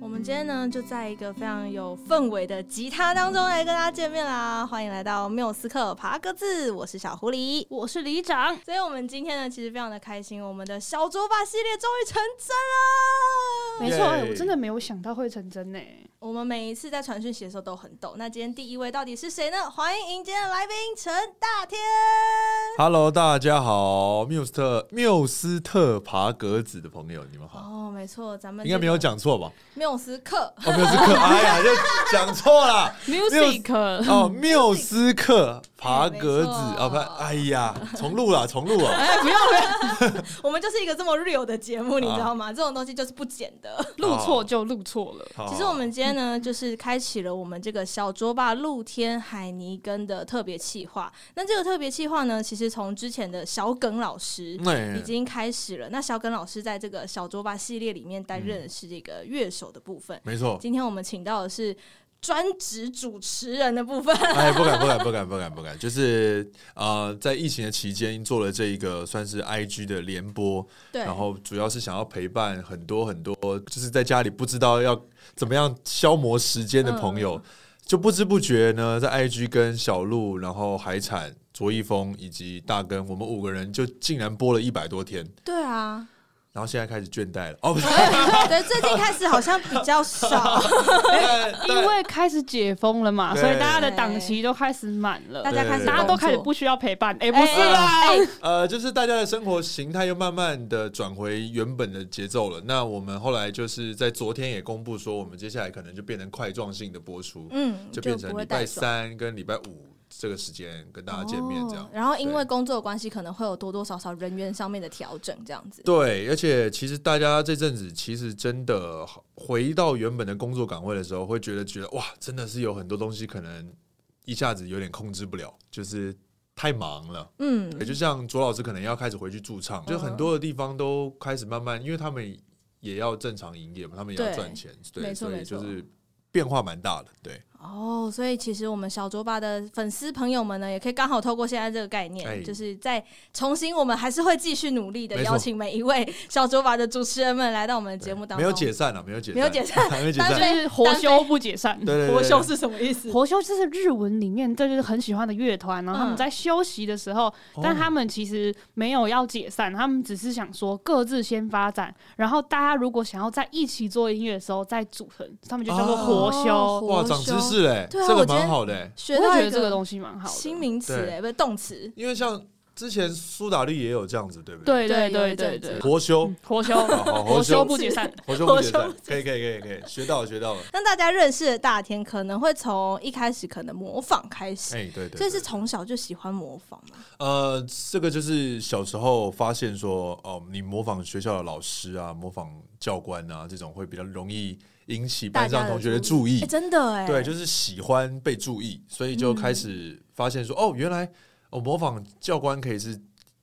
我们今天呢，就在一个非常有氛围的吉他当中来跟大家见面啦！欢迎来到缪斯克爬格子，我是小狐狸。我是里长，所以我们今天呢，其实非常的开心，我们的小卓吧系列终于成真没了。错，哎耶我真的没有想到会成真呢。我们每一次在传讯息的时候都很逗。那今天第一位到底是谁呢？欢迎迎今天的来宾陈大天。 Hello，大家好，缪斯特缪斯特爬格子的朋友，你们好，哦，没错，咱们应该没有讲错吧？缪斯克，哦，缪 斯克，哎呀，就讲错了。 Music，哦，缪斯克爬格 子哎没错啊，不，哎呀，重录了，重录哦 了。哎，不要不要，我们就是一个这么 real 的节目，你知啊道吗？这种东西就是不剪的。录错就录错了。好其实我们今天呢，就是开启了我们这个小桌吧露天海尼根的特别企划。那这个特别企划呢，其实从之前的小耿老师哎已经开始了。那小耿老师在这个小桌吧系列里面担任的是这个乐手的部分。哎没错，今天我们请到的是专职主持人的部 分。哎，不敢，不敢，不敢，不敢，不敢，就是呃，在疫情的期间做了这一个算是 IG 的联播，对，然后主要是想要陪伴很多很多，就是在家里不知道要怎么样消磨时间的朋友，嗯就不知不觉呢，在 IG 跟小鹿，然后海产、卓一峰以及大根，我们五个人就竟然播了一百多天，对啊，然后现在开始倦怠了。哦，不是，对，最近开始好像比较 少，但因为开始解封了嘛，对所以大家的档期都开始满了，大家开始对大家都工作开始不需要陪伴。哎，哎不是啦，哎呃，就是大家的生活形态又慢慢的转回原本的节奏了。那我们后来就是在昨天也公布说，我们接下来可能就变成块状性的播出，嗯，就变成不会礼带拜走。三跟礼拜五这个时间跟大家见面这样。哦然后因为对工作的关系，可能会有多多少少人员上面的调整，这样子。对，而且其实大家这阵子其实真的回到原本的工作岗位的时候，会觉得觉得哇，真的是有很多东西可能一下子有点控制不了，就是太忙了。嗯，也就像卓老师可能要开始回去驻唱，就很多的地方都开始慢慢，因为他们也要正常营业嘛，他们也要对赚钱，没对，错所以没错就是变化蛮大的，对，哦，所以其实我们小卓吧的粉丝朋友们呢，也可以刚好透过现在这个概念，哎就是再重新，我们还是会继续努力的没错邀请每一位小卓吧的主持人们来到我们的节目当没中。有解散啊了，没有解散，没有解散， 还没解但是散就对，是活修不解散。对对对活对秀是什么意思？活修就是日文里面，这就是很喜欢的乐团。然后他嗯们在休息的时候，哦但他们其实没有要解散，他们只是想说各自先发展。然后大家如果想要在一起做音乐的时候再组成，他们就叫做活修。哦哇，活长修知识嘞，对啊这我个今天蛮好的欸，学我会到觉一得这个东西蛮好的。新名词对哎，不是动词。因为像之前苏打绿也有这样子，对不对？对对对有一对对阵子，对活修啊嗯，活 修 好活活修修不解 散。活修不解活修散，可以可以可以可以，学到了学到了，让大家认识的大天，可能会从一开始可能模仿开始，哎，对对，所以是对从小就喜欢模仿嘛。呃，这个就是小时候发现说，哦，你模仿学校的老师啊，模仿教官啊，这种会比较容易引起班上同学的注意哎，。真的哎，嗯对，就是喜欢被注意，所以就开始发现说，哦，原来哦，模仿教官可以是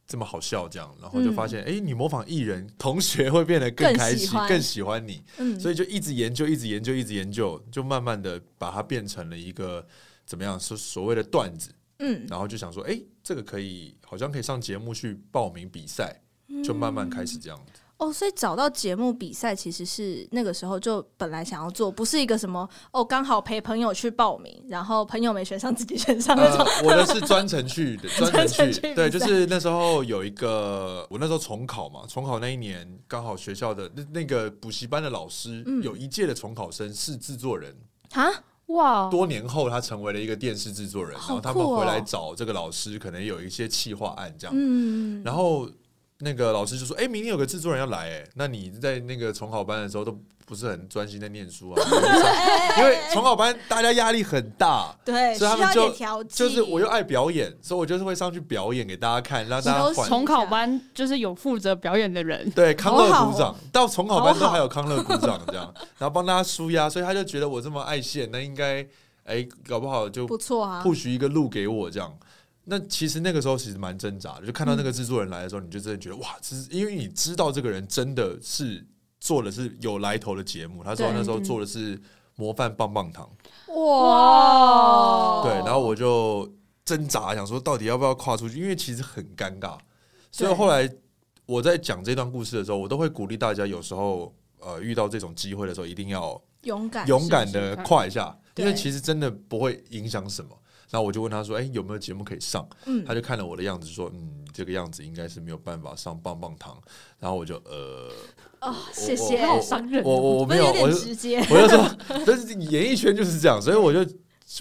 这么好笑这样，然后就发现，哎、你模仿艺人，同学会变得嗯更更开喜心，欢更喜欢你，嗯所以就一直研究，一直研究，一直研究，就慢慢的把它变成了一个怎么样，所所谓的段子。嗯，然后就想说，哎、这个可以，好像可以上节目去报名比赛，就慢慢开始这样子。哦，所以找到节目比赛其实是那个时候就本来想要做，不是一个什么哦，刚好陪朋友去报名，然后朋友没选上自己选 上那种。呃，我的是专程去的，专程程去去，比赛对，就是那时候有一个，我那时候重考嘛，重考那一年刚好学校的那那个补习班的老师，嗯有一届的重考生是制作人，啊，哇，多年后他成为了一个电视制作人，然好后酷他们回来哦找这个老师，可能有一些企划案这样，嗯，然后那个老师就说：“哎、明天有个制作人要来、哎，那你在那个重考班的时候都不是很专心在念书啊， 因为重考班大家压力很大，对，需所以他们要一就点调剂，就是我又爱表演，所以我就是会上去表演给大家看，让大家休息缓。”重考班就是有负责表演的人，对，康乐好好哦鼓掌，到重考班好都好还有康乐鼓掌这样，然后帮大家舒压，所以他就觉得我这么爱现，那应该哎、搞不好就不错啊， push 一个路给我这样。那其实那个时候其实蛮挣扎的，就看到那个制作人来的时候，你就真的觉得哇，这是因为你知道这个人真的是做的是有来头的节目，他说对那时候做的是模范棒棒糖，哇，对，哦然后我就挣扎想说到底要不要跨出去，因为其实很尴尬，所以对后来我在讲这段故事的时候，我都会鼓励大家有时候。呃遇到这种机会的时候，一定要勇敢，勇敢试的看跨一下，对因为其实真的不会影响什么。然后我就问他说：“哎、有没有节目可以上？”嗯他就看了我的样子说：“嗯，这个样子应该是没有办法上棒棒糖。”然后我就呃，哦，谢谢，我好伤人哦我我我不没是有，有我点就直接， 我就说，但是演艺圈就是这样，所以我就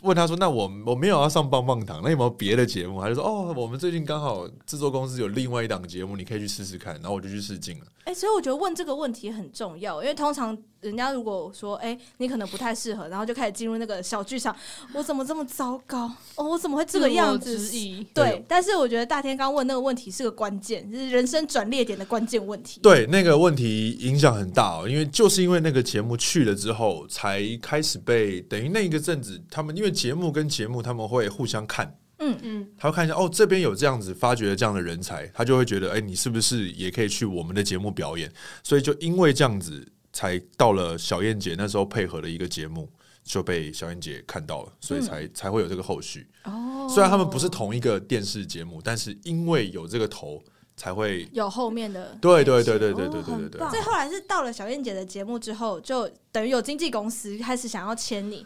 问他说：“那我我没有要上棒棒糖，那有没有别的节目？”他就说：“哦，我们最近刚好制作公司有另外一档节目，你可以去试试看。”然后我就去试镜了。哎、所以我觉得问这个问题很重要，因为通常人家如果说，哎、你可能不太适合，然后就开始进入那个小剧场，我怎么这么糟糕？哦，我怎么会这个样子自我？质疑对，但是我觉得大天刚问那个问题是个关键，就是人生转捩点的关键问题。对那个问题影响很大哦，因为就是因为那个节目去了之后，才开始被等于那一个阵子，他们因为节目跟节目他们会互相看，嗯，他会看一下哦，这边有这样子发掘了这样的人才，他就会觉得，哎、你是不是也可以去我们的节目表演？所以就因为这样子，才到了小燕姐那时候配合的一个节目，就被小燕姐看到了，所以才、才会有这个后续。哦虽然他们不是同一个电视节目，但是因为有这个头，才会有后面的对对对对哦对对对对很对。棒所以后来是到了小燕姐的节目之后，就等于有经纪公司开始想要签你，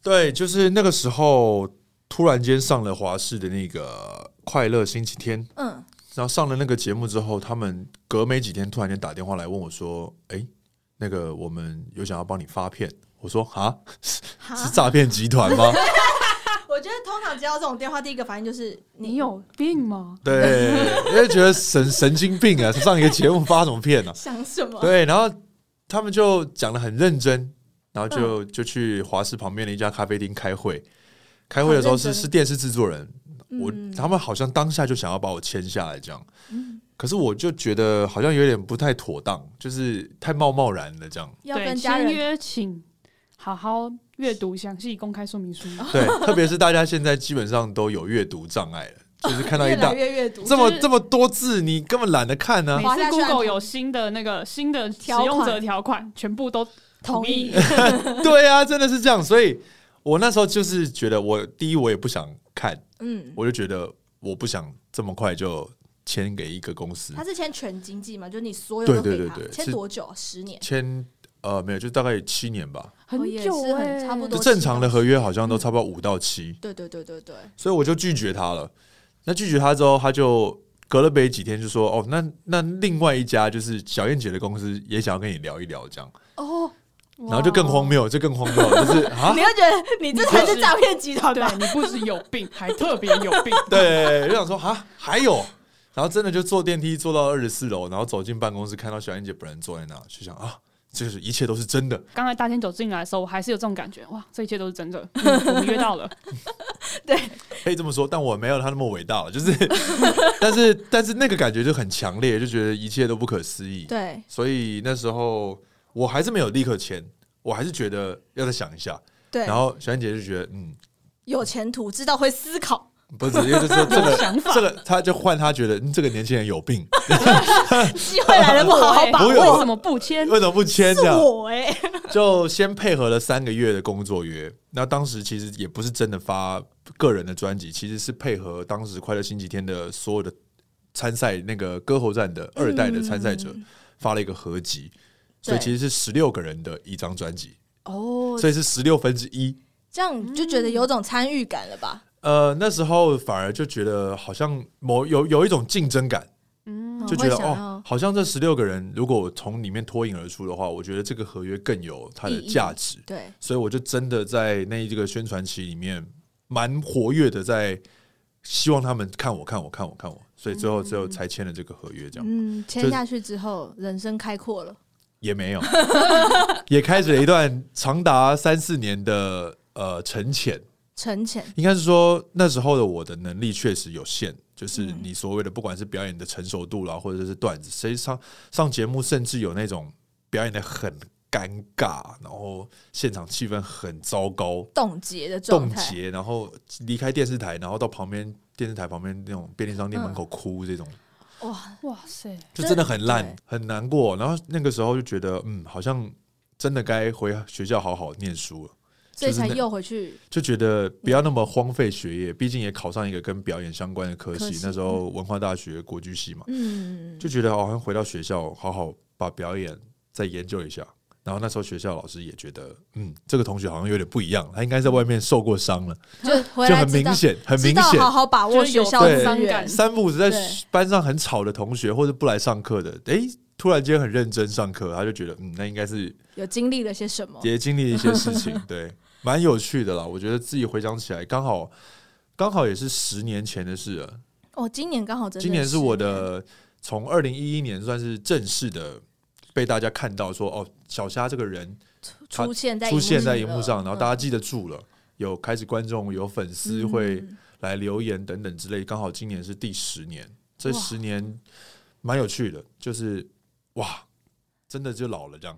对，就是那个时候突然间上了华视的那个《快乐星期天》，嗯，然后上了那个节目之后，他们隔没几天突然间打电话来问我说：“哎、那个我们有想要帮你发片。”我说：“啊，好，是诈骗集团吗 我觉得通常接到这种电话，第一个反应就是你有病吗？？”对，因为觉得神神经病啊，上一个节目发什么片 啊？想什么？对，然后他们就讲的很认真，然后嗯就、就去华视旁边的一家咖啡厅开会。开会的时好候认是真是电视制作人，我嗯他们好像当下就想要把我签下来这样，可是我就觉得好像有点不太妥当，就是太贸贸然了这样。要对跟家签人约请好好阅读详细公开说明书。 对，特别是大家现在基本上都有阅读障碍了，就是看到一越大来越阅读，这么就是这么多字，你根本懒得看啊呢、每滑次下去按 Google 同有新的那个新的使条用款者条款，全部都同意意。对啊，真的是这样，所以我那时候就是觉得我，第一我也不想看，嗯，我就觉得我不想这么快就签给一个公 司他，是签全经济嘛，就是你所有都对给对他对，对签是多久啊？十年，签呃没有，就大概七年吧，哦很也久是很哎、差不多就正常的合约好像嗯都差不多五到七、对对对对对，所以我就拒绝他了。那拒绝他之后，他就隔了没几天就说：“哦，那那另外一家就是小燕姐的公司也想要跟你聊一聊，这样。”哦，然后就更荒谬，就更荒谬 了，就是啊你，会觉得你这才是诈骗集团对吧？你不止有病，还特别有病。对，就想说啊，还有，然后真的就坐电梯坐到二十四楼，然后走进办公室，看到小燕姐本人坐在那，就想啊，就是一切都是真的。刚才大天走进来的时候，我还是有这种感觉，哇，这一切都是真的，嗯我们约到了。可以这么说，但我没有他那么伟大了，就是， 但是但是那个感觉就很强烈，就觉得一切都不可思议。对，所以那时候我还是没有立刻签，我还是觉得要再想一下。对然后小燕姐就觉得，嗯，有前途，知道会思考，不是，因为就是说这有个想法这个，他就换他觉得、嗯、这个年轻人有病， 机会来了不好好把不啊用为握，什么 不签？为什么不签是这样？我哎，就先配合了三个月的工作约。那当时其实也不是真的发个人的专辑，其实是配合当时《快乐星期天》的所有的参赛那个歌喉战的二代的参赛者、发了一个合集，所以嗯对其实是十六个人的一张专辑，哦，所以是十六分之一。这样你就觉得有种参与感了吧？呃，那时候反而就觉得好像某有有一种竞争感，嗯，就觉得会想要哦，好像这十六个人如果我从里面脱颖而出的话，我觉得这个合约更有它的意义价值。对，所以我就真的在那一个宣传期里面蛮活跃的，在希望他们看我看我看我看我，所以最后最后才签了这个合约，这样、嗯，就签下去之后，人生开阔了。也没有， 也开始了一段长达三四年的呃沉潜，沉潜，应该是说那时候的我的能力确实有限，就是你所谓的不管是表演的成熟度啦，或者是段子，谁上上节目甚至有那种表演的很尴尬，然后现场气氛很糟糕，冻结的状冻态，结，然后离开电视台，然后到旁边电视台旁边那种便利商店门口哭，这种、哇，哇塞，就真真的很烂对，很难过。然后那个时候就觉得，嗯，好像真的该回学校好好念书了，所以就是才那又回去就觉得不要那么荒废学业，毕竟也考上一个跟表演相关的科科系。系那时候文化大学国剧系嘛，嗯，就觉得好像回到学校好好把表演再研究一下，然后那时候学校老师也觉得，嗯，这个同学好像有点不一样，他应该在外面受过伤了，就嗯回就来很知道明显，很知明道显。好好把握就是学有校资伤源感。三不五时在对班上很吵的同学，或者不来上课的，诶，突然间很认真上课，他就觉得，嗯，那应该是有经历了些什么？也经历一些事情， 对，蛮有趣的啦。我觉得自己回想起来，刚好刚好也是十年前的事了。哦，今年刚好真的今年是我10年的从二零一一年算是正式的被大家看到说，哦，小虾这个人他出现在出现在荧嗯荧幕上，然后大家家记得住了，有开始观众有粉丝嗯会来留言等等之类。刚好今年是第十年，这哇十年蛮有趣的，就是哇，真的就老了 这样。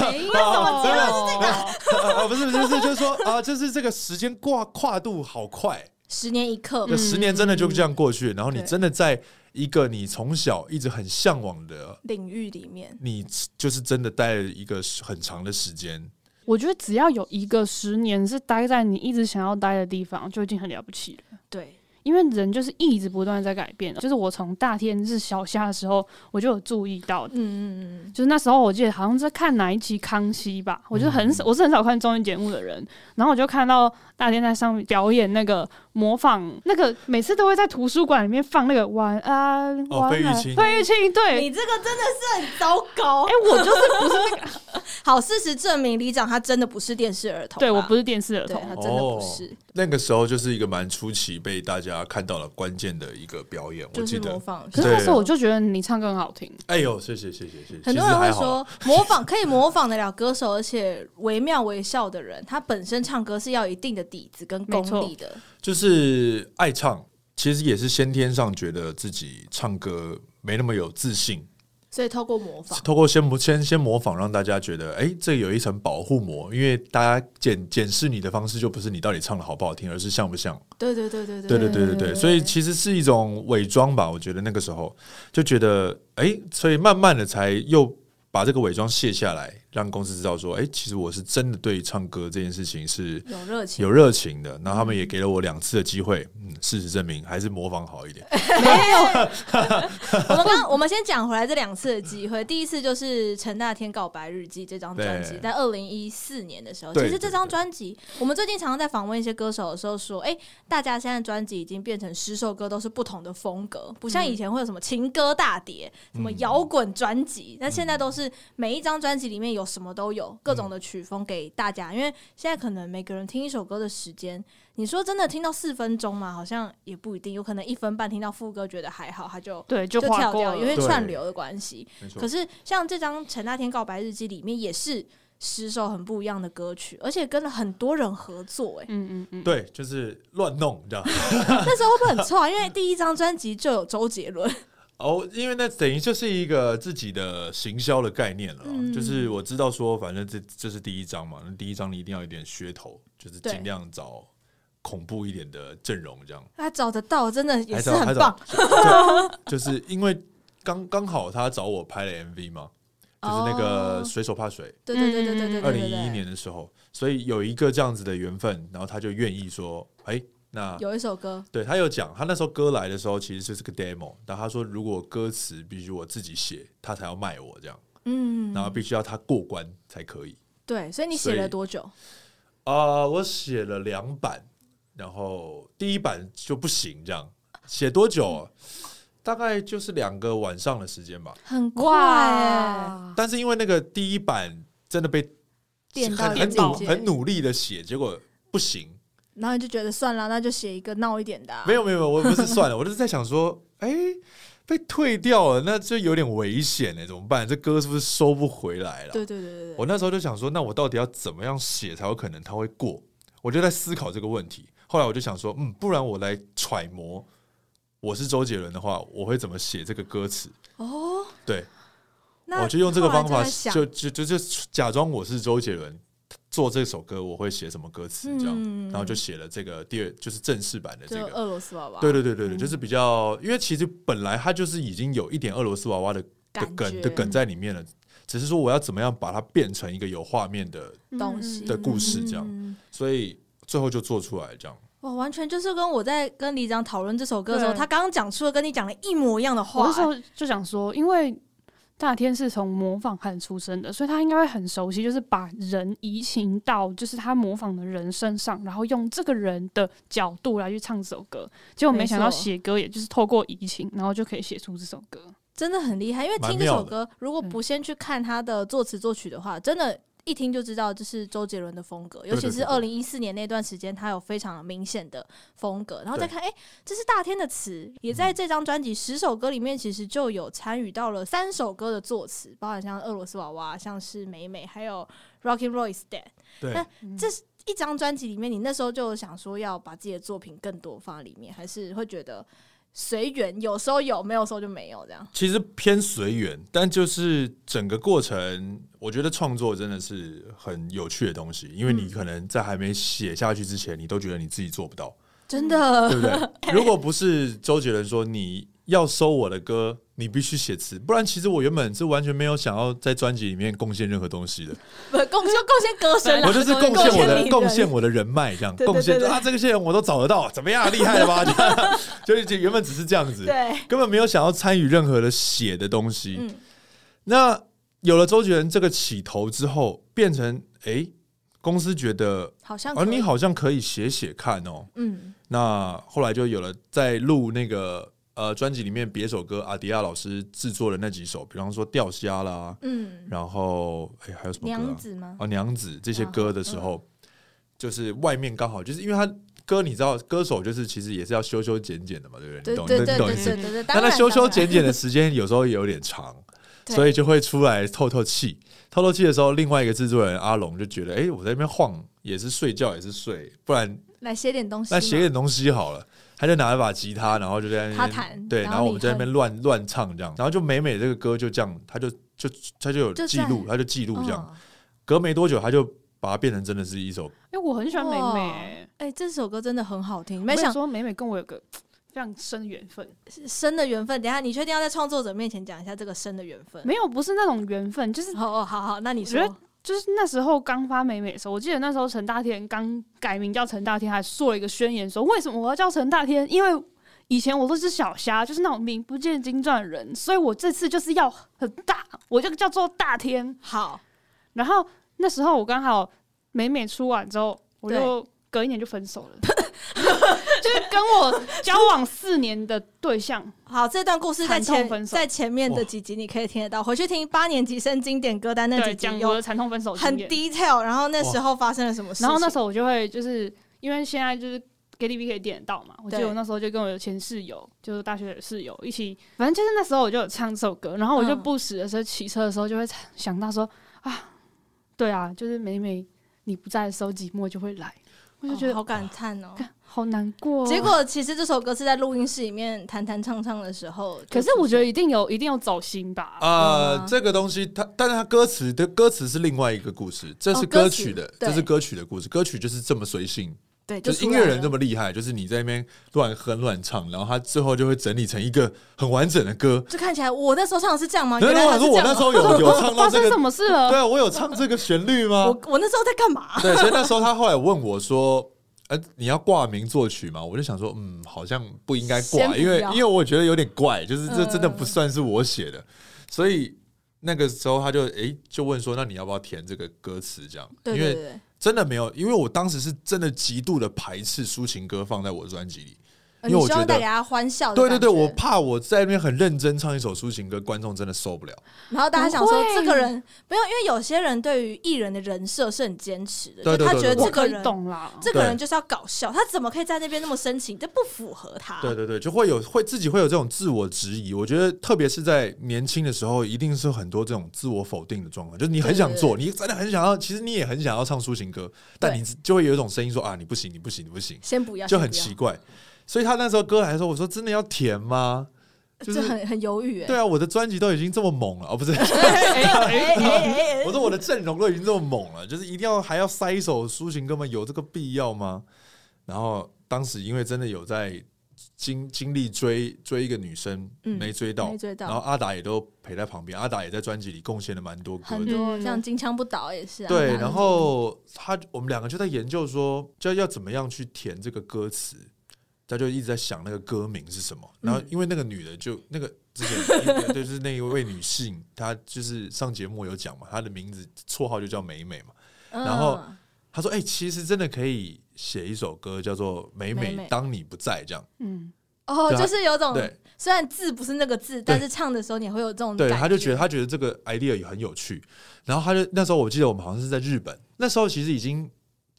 没有结论是这个？啊，不是不是不是，就是说 啊，就是这个时间跨跨度好快，十年一刻就嘛，十年真的就这样过去，然后你嗯对真的在一个你从小一直很向往的，领域里面，你就是真的待了一个很长的时间。我觉得只要有一个十年是待在你一直想要待的地方，就已经很了不起了。对，因为人就是一直不断地在改变的，就是我从大天是小虾的时候，我就有注意到，嗯嗯嗯就是那时候我记得好像在看哪一集《康熙》吧，我就嗯很少，我是很少看综艺节目的人，然后我就看到大天在上面表演那个模仿那个，每次都会在图书馆里面放那个晚安，哦晚费玉安，清费玉清，嗯，对，你这个真的是很糟糕哎、。我就是不是那个， 好，事实证明，里长他真的不是电视儿童啊，对我不是电视儿对，啊童，他真的不是，那个时候就是一个蛮出奇被大家看到了关键的一个表演，哦我就记是模得。仿。可是那对啊时候我就觉得你唱歌很好听，哎呦，谢谢谢谢谢谢。很其多实人会还好啊啦，说，模仿 可以模仿得了歌手，而且惟妙惟肖的人，他本身唱歌是要有一定的底子跟功力的。就是爱唱，其实也是先天上觉得自己唱歌没那么有自信，所以透过模仿，透过先模先先模仿，让大家觉得，哎、这有一层保护膜，因为大家检检视你的方式就不是你到底唱的好不好听，而是像不像。对对对对对对对对对对，所以其实是一种伪装吧。我觉得那个时候就觉得，哎、所以慢慢的才又把这个伪装卸下来，让公司知道说，哎、其实我是真的对唱歌这件事情是有热情。有热情的。那他们嗯也给了我两次的机会，嗯，事实证明还是模仿好一哎点。 我们刚我们先讲回来这两次的机会，第一次就是陈大天告白日记这张专辑，对在二零一四年的时候，对其实这张对对专辑，我们最近常常在访问一些歌手的时候说，哎、大家现在专辑已经变成十首歌都是不同的风格，不嗯像以前会有什么情歌大碟、什么摇滚专辑，那嗯现在都是每一张专辑里面有什么都有，各种的曲风给大家，因为现在可能每个人听一首歌的时间。你说真的听到四分钟吗？好像也不一定，有可能一分半听到副歌觉得还好，他就对，就就划跳过掉，了，因为对串流的关系。没错可，是像这张《陈大天告白日记》里面也是十首很不一样的歌曲，而且跟了很多人合作、哎、嗯嗯嗯，对，就是乱弄这样。那时候会不会很臭啊？因为第一张专辑就有周杰伦，哦，因为那等于就是一个自己的行销的概念了啊、嗯就是我知道说，反正这这是第一章嘛，那第一章你一定要有点噱头，就是对尽量找恐怖一点的阵容，这样他找得到，真的也还是找还很棒找。， 对就是因为刚刚好他找我拍了 MV 嘛，就是那个哦水手怕水，对对对对对对二对对零一一对，年的时候，所以有一个这样子的缘分，然后他就愿意说，哎、那有一首歌，对他有讲，他那时候歌来的时候其实就是个 demo，但他说如果歌词必须我自己写，他才要卖我这样，嗯然，后必须要他过关才可以。对，所以你所写以了多久？啊、我写了两版，然后第一版就不行，这样写多久啊、大概就是两个晚上的时间吧。很快、哎，哇，但是因为那个第一版真的被电到很一很个努境界很努力的写，结果不行。然后你就觉得算了，那就写一个闹一点的、啊。 没有没有，没有我不是算了，我 就是在想说，哎、被退掉了，那就有点危险哎、怎么办？这歌是不是收不回来了？对，对对对对我那时候就想说，那我到底要怎么样写才有可能它会过？我就在思考这个问题。后来我就想说，嗯，不然我来揣摩，我是周杰伦的话，我会怎么写这个歌词？对，哦，对，那我就用这个后来方在法，想就就就就假装我是周杰伦，做这首歌我会写什么歌词这样，嗯然后就写了这个第二就是正式版的这就个俄罗斯娃娃，对对对嗯对对，就是比较，因为其实本来它就是已经有一点俄罗斯娃娃的的感梗觉的梗在里面了，只是说我要怎么样把它变成一个有画面的，嗯东西的故事这样嗯所以最后就做出来这样。哇，完全就是跟我在跟李长讨论这首歌的时候，对嗯他刚刚讲出了跟你讲的一模一样的我话那时。候就想说，因为。大天是从模仿汉出身的，所以他应该会很熟悉，就是把人移情到就是他模仿的人身上，然后用这个人的角度来去唱这首歌。结果没想到没错写歌也就是透过移情，然后就可以写出这首歌。真的很厉害。因为蛮听这首妙的歌，如果不先去看他的作词作曲的话，真的。一听就知道这是周杰伦的风格，尤其是对二对零一四年那段时间，他有非常明显的风格。然后再对看，哎、这是大天的词，也在这张专辑十首歌里面，其实就有参与到了三首歌的作词，包含像俄罗斯娃娃、像是美美，还有 Rocky Roy s Dead。对那这是一张专辑里面，你那时候就想说要把自己的作品更多放在里面，还是会觉得随缘，有时候有，没有时候就没有这样？其实偏随缘，但就是整个过程，我觉得创作真的是很有趣的东西，因为嗯你可能在还没写下去之前，你都觉得你自己做不到，真的， 对不对？如果不是周杰伦说你要收我的歌，你必须写词，不然其实我原本是完全没有想要在专辑里面贡献任何东西的， 不贡献贡献歌声啦，我就是贡献我的人贡献我的人脉，这样对对贡献对对啊，这个些人我都找得到，怎么样，厉害了吧？这 样就是就原本只是这样子，对，根本没有想要参与任何的写的东西。嗯那有了周杰伦这个起头之后，变成诶，公司觉得好像啊，可以你，好像可以写写看哦。嗯，那后来就有了在录那个呃专辑里面别首歌，阿迪亚老师制作的那几首，比方说《钓虾》啦，嗯，然后哎、还有什么歌、娘啊？子嗯吗？啊，娘子这些歌的时候，就是外面刚好就是因为他歌，你知道歌手就是其实也是要修修剪剪的嘛，对不对？对哦你懂对对你懂对意思对？对对，那当他然修修，当然剪剪的时间有时候也有点长，对所以就会出来透透气。透透气的时候，另外一个制作人阿龙就觉得，哎、我在那边晃也是睡觉也是睡，不然来写点东西嘛，那写点东西好了。他就拿了把吉他，然后就在那边他弹对，然然后后你我们在那边乱乱唱这样，然后就美美这个歌就这样，他就就他就有就记录，在他就记录这样。嗯。隔没多久，他就把它变成真的是一首因为我很喜欢美哇美、欸，哎，这首歌真的很好听，我没想想说美美跟我有个非常深的缘分。深的缘分。等一下你确定要在创作者面前讲一下这个深的缘分？没有，不是那种缘分，就是哦哦，好好，那你说我觉就是那时候刚发美美的时候，我记得那时候陈大天刚改名叫陈大天，还做了一个宣言说，为什么我要叫陈大天？因为以前我都是小虾，就是那种名不见经传的人，所以我这次就是要很大，我就叫做大天。好，然后那时候我刚好美美出完之后，我就隔一年就分手了， 就是跟我交往四年的对象，好，这段故事在惨痛前分手在前面的几集你可以听得到，回去听八年级生经典歌单那对，几集讲我有的惨痛分手很经验。 detail，然后那时候发生了什么事情？然后那时候我就会就是因为现在就是 KTV 可以点得到嘛，我记得对我那时候就跟我的前室友，就是大学的室友一起，反正就是那时候我就有唱这首歌，然后我就嗯不时的时候骑车的时候就会想到说啊，对啊，就是每每你不在的时候寂寞就会来，我就觉哦得好感叹哦。干好难过哦。结果其实这首歌是在录音室里面弹弹唱唱的时候，可是我觉得一定有一定有走心吧，有吗啊，这个东西它，但是它歌词的歌词是另外一个故事，这哦是歌歌词曲的，对这是歌曲的故事。歌曲就是这么随性，对，就就是音乐人这么么厉害，就是你在那边乱哼乱唱，然后他最后就会整理成一个很完整的歌。就看起来我那时候唱的是这样吗？然哦原来后他我是说这我样吗那时候有啊有唱到发这生什个，么事了？对啊，我有唱这个旋律 吗？我我那时候在干嘛？ 对，所以那时候他后来问我说。呃，你要挂名作曲吗？我就想说，嗯，好像不应该先不挂，因为要因为我觉得有点怪，就是这嗯真的不算是我写的，所以那个时候他就诶、就问说，那你要不要填这个歌词？这样，对因对为对，真的没有，因为我当时是真的极度的排斥抒情歌放在我的专辑里，呃因为你我希觉望带得给他欢笑的对对哦感觉。对，我怕我在那边很认真唱一首抒情歌，观众真的受不了。然后大家想说不会这个人没有，因为有些人对于艺人的人设是很坚持的，对就对他对觉得对我这个可以人懂啦，这个人对就是要搞笑，他怎么可以在那边那么深情？这不符合他。对对对，就会有会自己会有这种自我质疑。我觉得特别是在年轻的时候，一定是很多这种自我否定的状况，就是你很想做，你真的很想要，其实你也很想要唱抒情歌，但嗯对你就会有一种声音说啊，你不行，你不行，你不行，先不要，就先很不要奇怪。所以他那时候歌来的时候，我说真的要填吗？就是这很很犹豫哎、对啊，我的专辑都已经这么猛了，哦，不是。哎哎哎哎我说我的阵容都已经这么猛了，就是一定要还要塞一首抒情歌吗？有这个必要吗？然后当时因为真的有在经经历追追一个女生，嗯没追到，没追到然后阿达也都陪在旁边，阿达也在专辑里贡献了蛮多歌很的。多嗯像金枪不倒也是啊。对，哪里然后他我们两个就在研究说，就要怎么样去填嗯这个歌词，他就一直在想那个歌名是什么。然后因为那个女的就那个之 前对，就是那一位女性，她就是上节目有讲嘛，她的名字绰号就叫美美嘛。然后嗯她说：“哎、其实真的可以写一首歌，叫做《美美美美当你不在》这样。嗯，哦，对啊就是有种对虽然字不是那个字，但是唱的时候你会有这种对，感她就觉得她觉得这个 idea 也很有趣。然后她就那时候我记得我们好像是在日本，那时候其实已经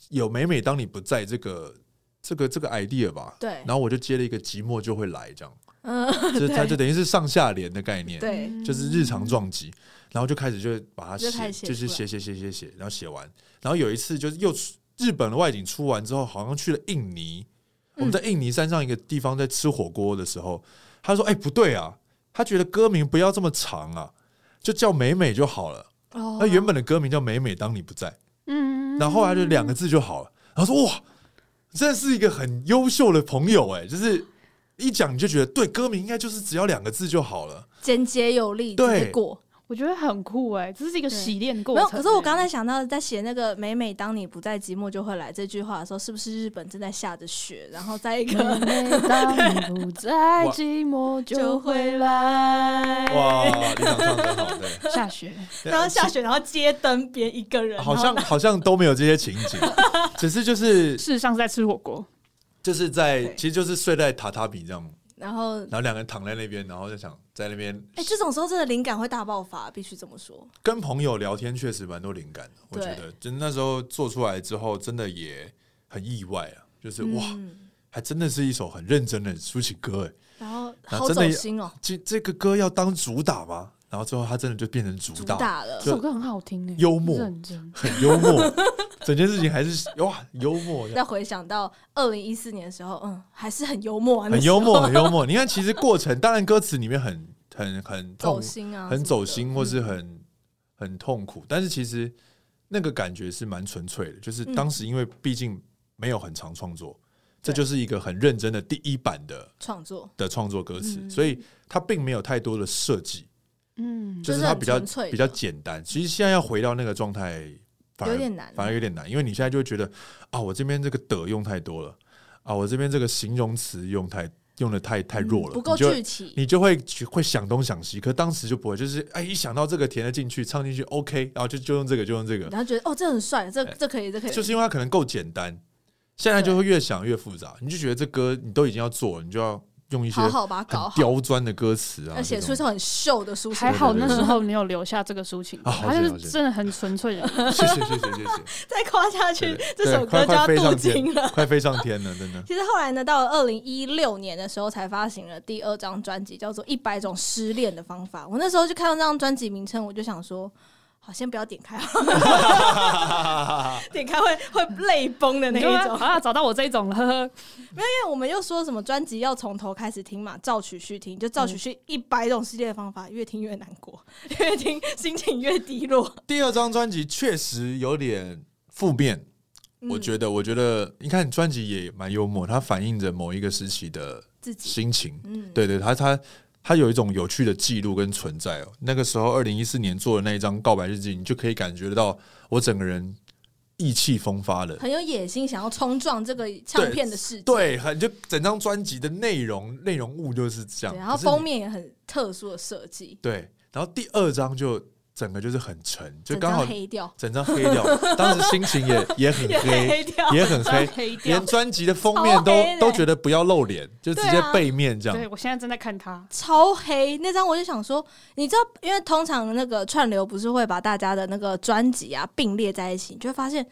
有《美美当你不在》这个这个这个 idea 吧。对然后我就接了一个寂寞就会来这样，嗯， 就是它就等于是上下联的概念。对，就是日常撞击，然后就开始就把它嗯就开写，始写就是出来写写写写写，然后写完，然后有一次就是又出日本的外景出完之后，好像去了印尼，我嗯们在印尼山上一个地方在吃火锅的时候，他说：“哎、不对啊，他觉得歌名不要这么长啊，就叫美美就好了。哦那原本的歌名叫美美当你不在，嗯，然后后来就两个字就好了。”然后说：“哇，真的是一个很优秀的朋友哎、就是。”一讲你就觉得对，歌名应该就是只要两个字就好了。简洁有力，对直接过。我觉得很酷哎、这是一个对洗练过没程、有，可是我刚才想到，在写那个“每每当你不在，寂寞就会来”这句话的时候，是不是日本正在下着雪，然后在一欸。嗯个每每当你不在，哇寂寞就就会会来。哇，李长唱得好，对。下雪， 然后下雪，然后街灯边一个 人，好然后像好像都没有这些情 景，只是就是事实上是在吃火锅。就是在，对其实就是睡在榻榻米这样，然后然后两个人躺在那边，然后就想在那边哎、这种时候真的灵感会大爆发，必须这么说。跟朋友聊天，确实蛮多灵感的。我觉对得，就那时候做出来之后，真的也很意外啊，就是哇，嗯还真的是一首很认真的抒情歌哎，然后然好后真的走也心哦、这这个歌要当主打吗？然后最后它真的就变成主主打，打了这就首歌很好听哎、幽默认真。很幽默，整件事情还是哇幽默，再回想到二零一四年的时候，嗯，还是很幽默、啊，那很时候幽默，很幽默。你看，其实过程当然歌词里面很很很 走痛，心啊，很走心，或是很很痛苦，但是其实那个感觉是蛮纯粹的。就是嗯当时因为毕竟没有很常创作，这对就是一个很认真的第一版的创作，的创作歌词，嗯所以它并没有太多的设计，嗯，就是是它很比较纯粹的比较简单。其实现在要回到那个状态，反而有点难反而有点难，因为你现在就会觉得啊，我这边这个的用太多了啊，我这边这个形容词用太用的太太弱了，嗯不够你就具体，你就会去会想东想西，可当时就不会，就是哎，一想到这个填了进去，唱进去，OK，然后就就用这个，就用这个，然后觉得哦，这很帅，这哎这可以，这可以，就是因为它可能够简单，现在就会越想越复杂，你就觉得这歌你都已经要做了，你就要用一些好好把它搞很好，刁钻的歌词啊，要写出这一种首很秀的抒情还歌，好那时候你有留下这个抒情歌，啊好它就谢谢是真的很纯 粹的。谢谢谢谢谢谢， 再夸下去对对，这首快歌就要快飞镀上天金了。快飞上天了，真的。其实后来呢，到了二零一六年的时候，才发行了第二张专辑，叫做《一百种失恋的方法》。我那时候就看到这张专辑名称，我就想说，好，先不要点开，点开会会泪崩的那你一就会种。啊，找到我这一种了，呵呵。因为我们又说什么专辑要从头开始听嘛，照曲序听，就照曲序一百种失恋的方法，越听越难过， 越听心情越低落。第二张专辑确实有点负面， 我得觉得，我觉得你看专辑也蛮幽默，它反映着某一个时期的自己，心情。嗯，对对，他他他有一种有趣的记录跟存在哦。那个时候，二零一四年做的那一张告白日记，你就可以感觉得到我整个人意气风发了。很有野心，想要冲撞这个唱片的世界。对，很就整张专辑的内容内容物就是这样。对，然后可是你封面也很特殊的设计，对，然后第二张就整个就是很沉，就整刚张好黑掉，整张黑掉，当时心情也 也很黑，掉也很黑，啊黑掉连。专辑的封面都超黑的都觉得不要露脸，就直接对啊背面这样对，。我现在正在看它。超黑那张，我就想说，你知道，因为通常那个串流不是会把大家的那个专辑啊并列在一起，你就会发现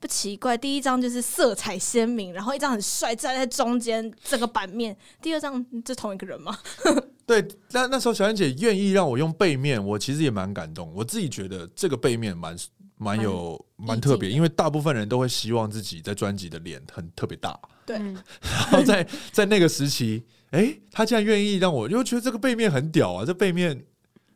不奇怪，第一张就是色彩鲜明，然后一张很帅站在中间这个版面，第二张这同一个人吗？对，那那时候小燕姐愿意让我用背面，我其实也蛮感动。我自己觉得这个背面蛮蛮有蛮特别，意境的因为大部分人都会希望自己在专辑的脸很特别大，对嗯然后在在那个时期，哎、她竟然愿意让我，因为我觉得这个背面很屌啊，这背面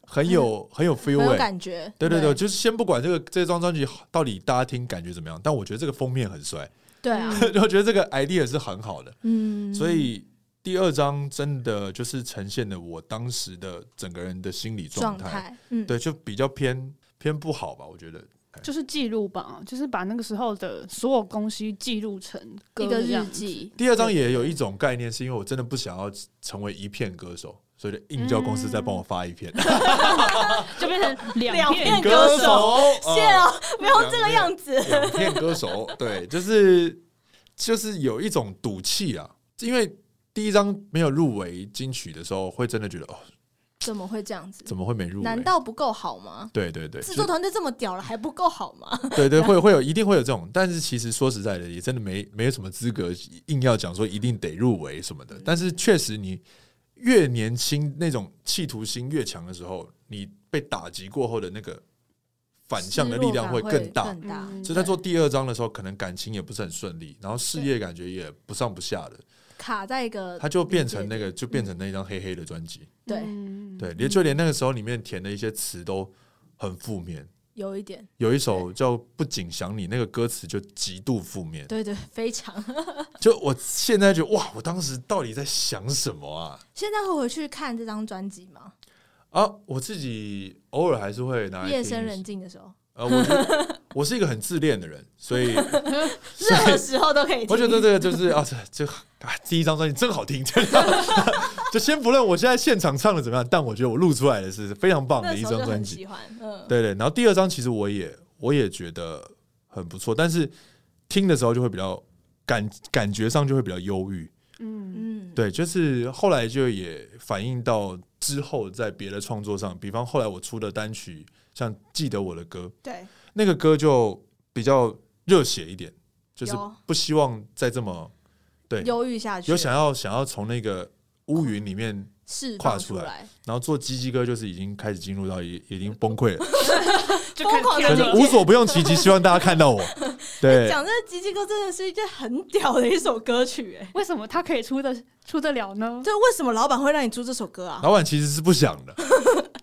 很有很有 feel 嗯很有哎、感觉，对对对对，就是先不管这个这张专辑到底大家听感觉怎么样，但我觉得这个封面很帅， 对啊，我觉得这个 idea 是很好的。嗯，所以第二章真的就是呈现了我当时的整个人的心理状状态，态，嗯，对，就比较偏偏不好吧，我觉得。就是记录吧，就是把那个时候的所有东西记录成歌一个这样日子。记，第二章也有一种概念，是因为我真的不想要成为一片歌手，所以就硬叫公司再帮我发一 片。就变成两两片片歌手手，谢啊哦，没有这个样子。两片歌手，对，就是就是有一种赌气啊，因为第一张没有入围金曲的时候，会真的觉得哦，怎么会这样子？怎么会没入围？难道不够好吗？对对对，制作团队这么屌了，还不够好吗？对对，会会有一定会有这种，但是其实说实在的，也真的没没有什么资格硬要讲说一定得入围什么的。但是确实，你越年轻那种企图心越强的时候，你被打击过后的那个反向的力量失落感更大。更大。嗯所以在做第二章的时候，可能感情也不是很顺利，然后事业感觉也不上不下的，卡在一个它就变成那个呃理解嗯就变成那一张黑黑的专辑。对，嗯对，连就连那个时候里面填的一些词都很负面，有一点，有一首叫《不仅想你》，那个歌词就极度负面。对对，非常。 就我现在觉得哇，我当时到底在想什么啊？现在会回去看这张专辑吗？啊，我自己偶尔还是会拿来夜深听人静的时候，呃，我是我是一个很自恋的人，所以所任何以时候都可以听。我觉得这个就是啊，这这啊，第一张专辑真好听，真的。 就先不论我现在现场唱的怎么样，但我觉得我录出来的是非常棒 那的一时候张就专很辑。喜欢，嗯，对对，然后第二张其实我也我也觉得很不错，但是听的时候就会比较感感觉上就会比较忧郁。嗯嗯，对，就是后来就也反映到之后在别的创作上，比方后来我出的单曲，像《记得我的歌》，对，那个歌就比较热血一点，就是有不希望再这么对，忧郁下去，有想要想要从那个乌云里面，释跨放出出来来，然后做鸡鸡哥，就是已经开始进入到已已经崩溃了，就开疯狂始地理解跳进真的去无所不用其极，希望大家看到 我。对，讲这个吉吉歌真的是一件很屌的一首歌曲，哎，为什么他可以出得出得了呢？ 对，为什么老板会让你出这首歌啊？老板其实是不想 的，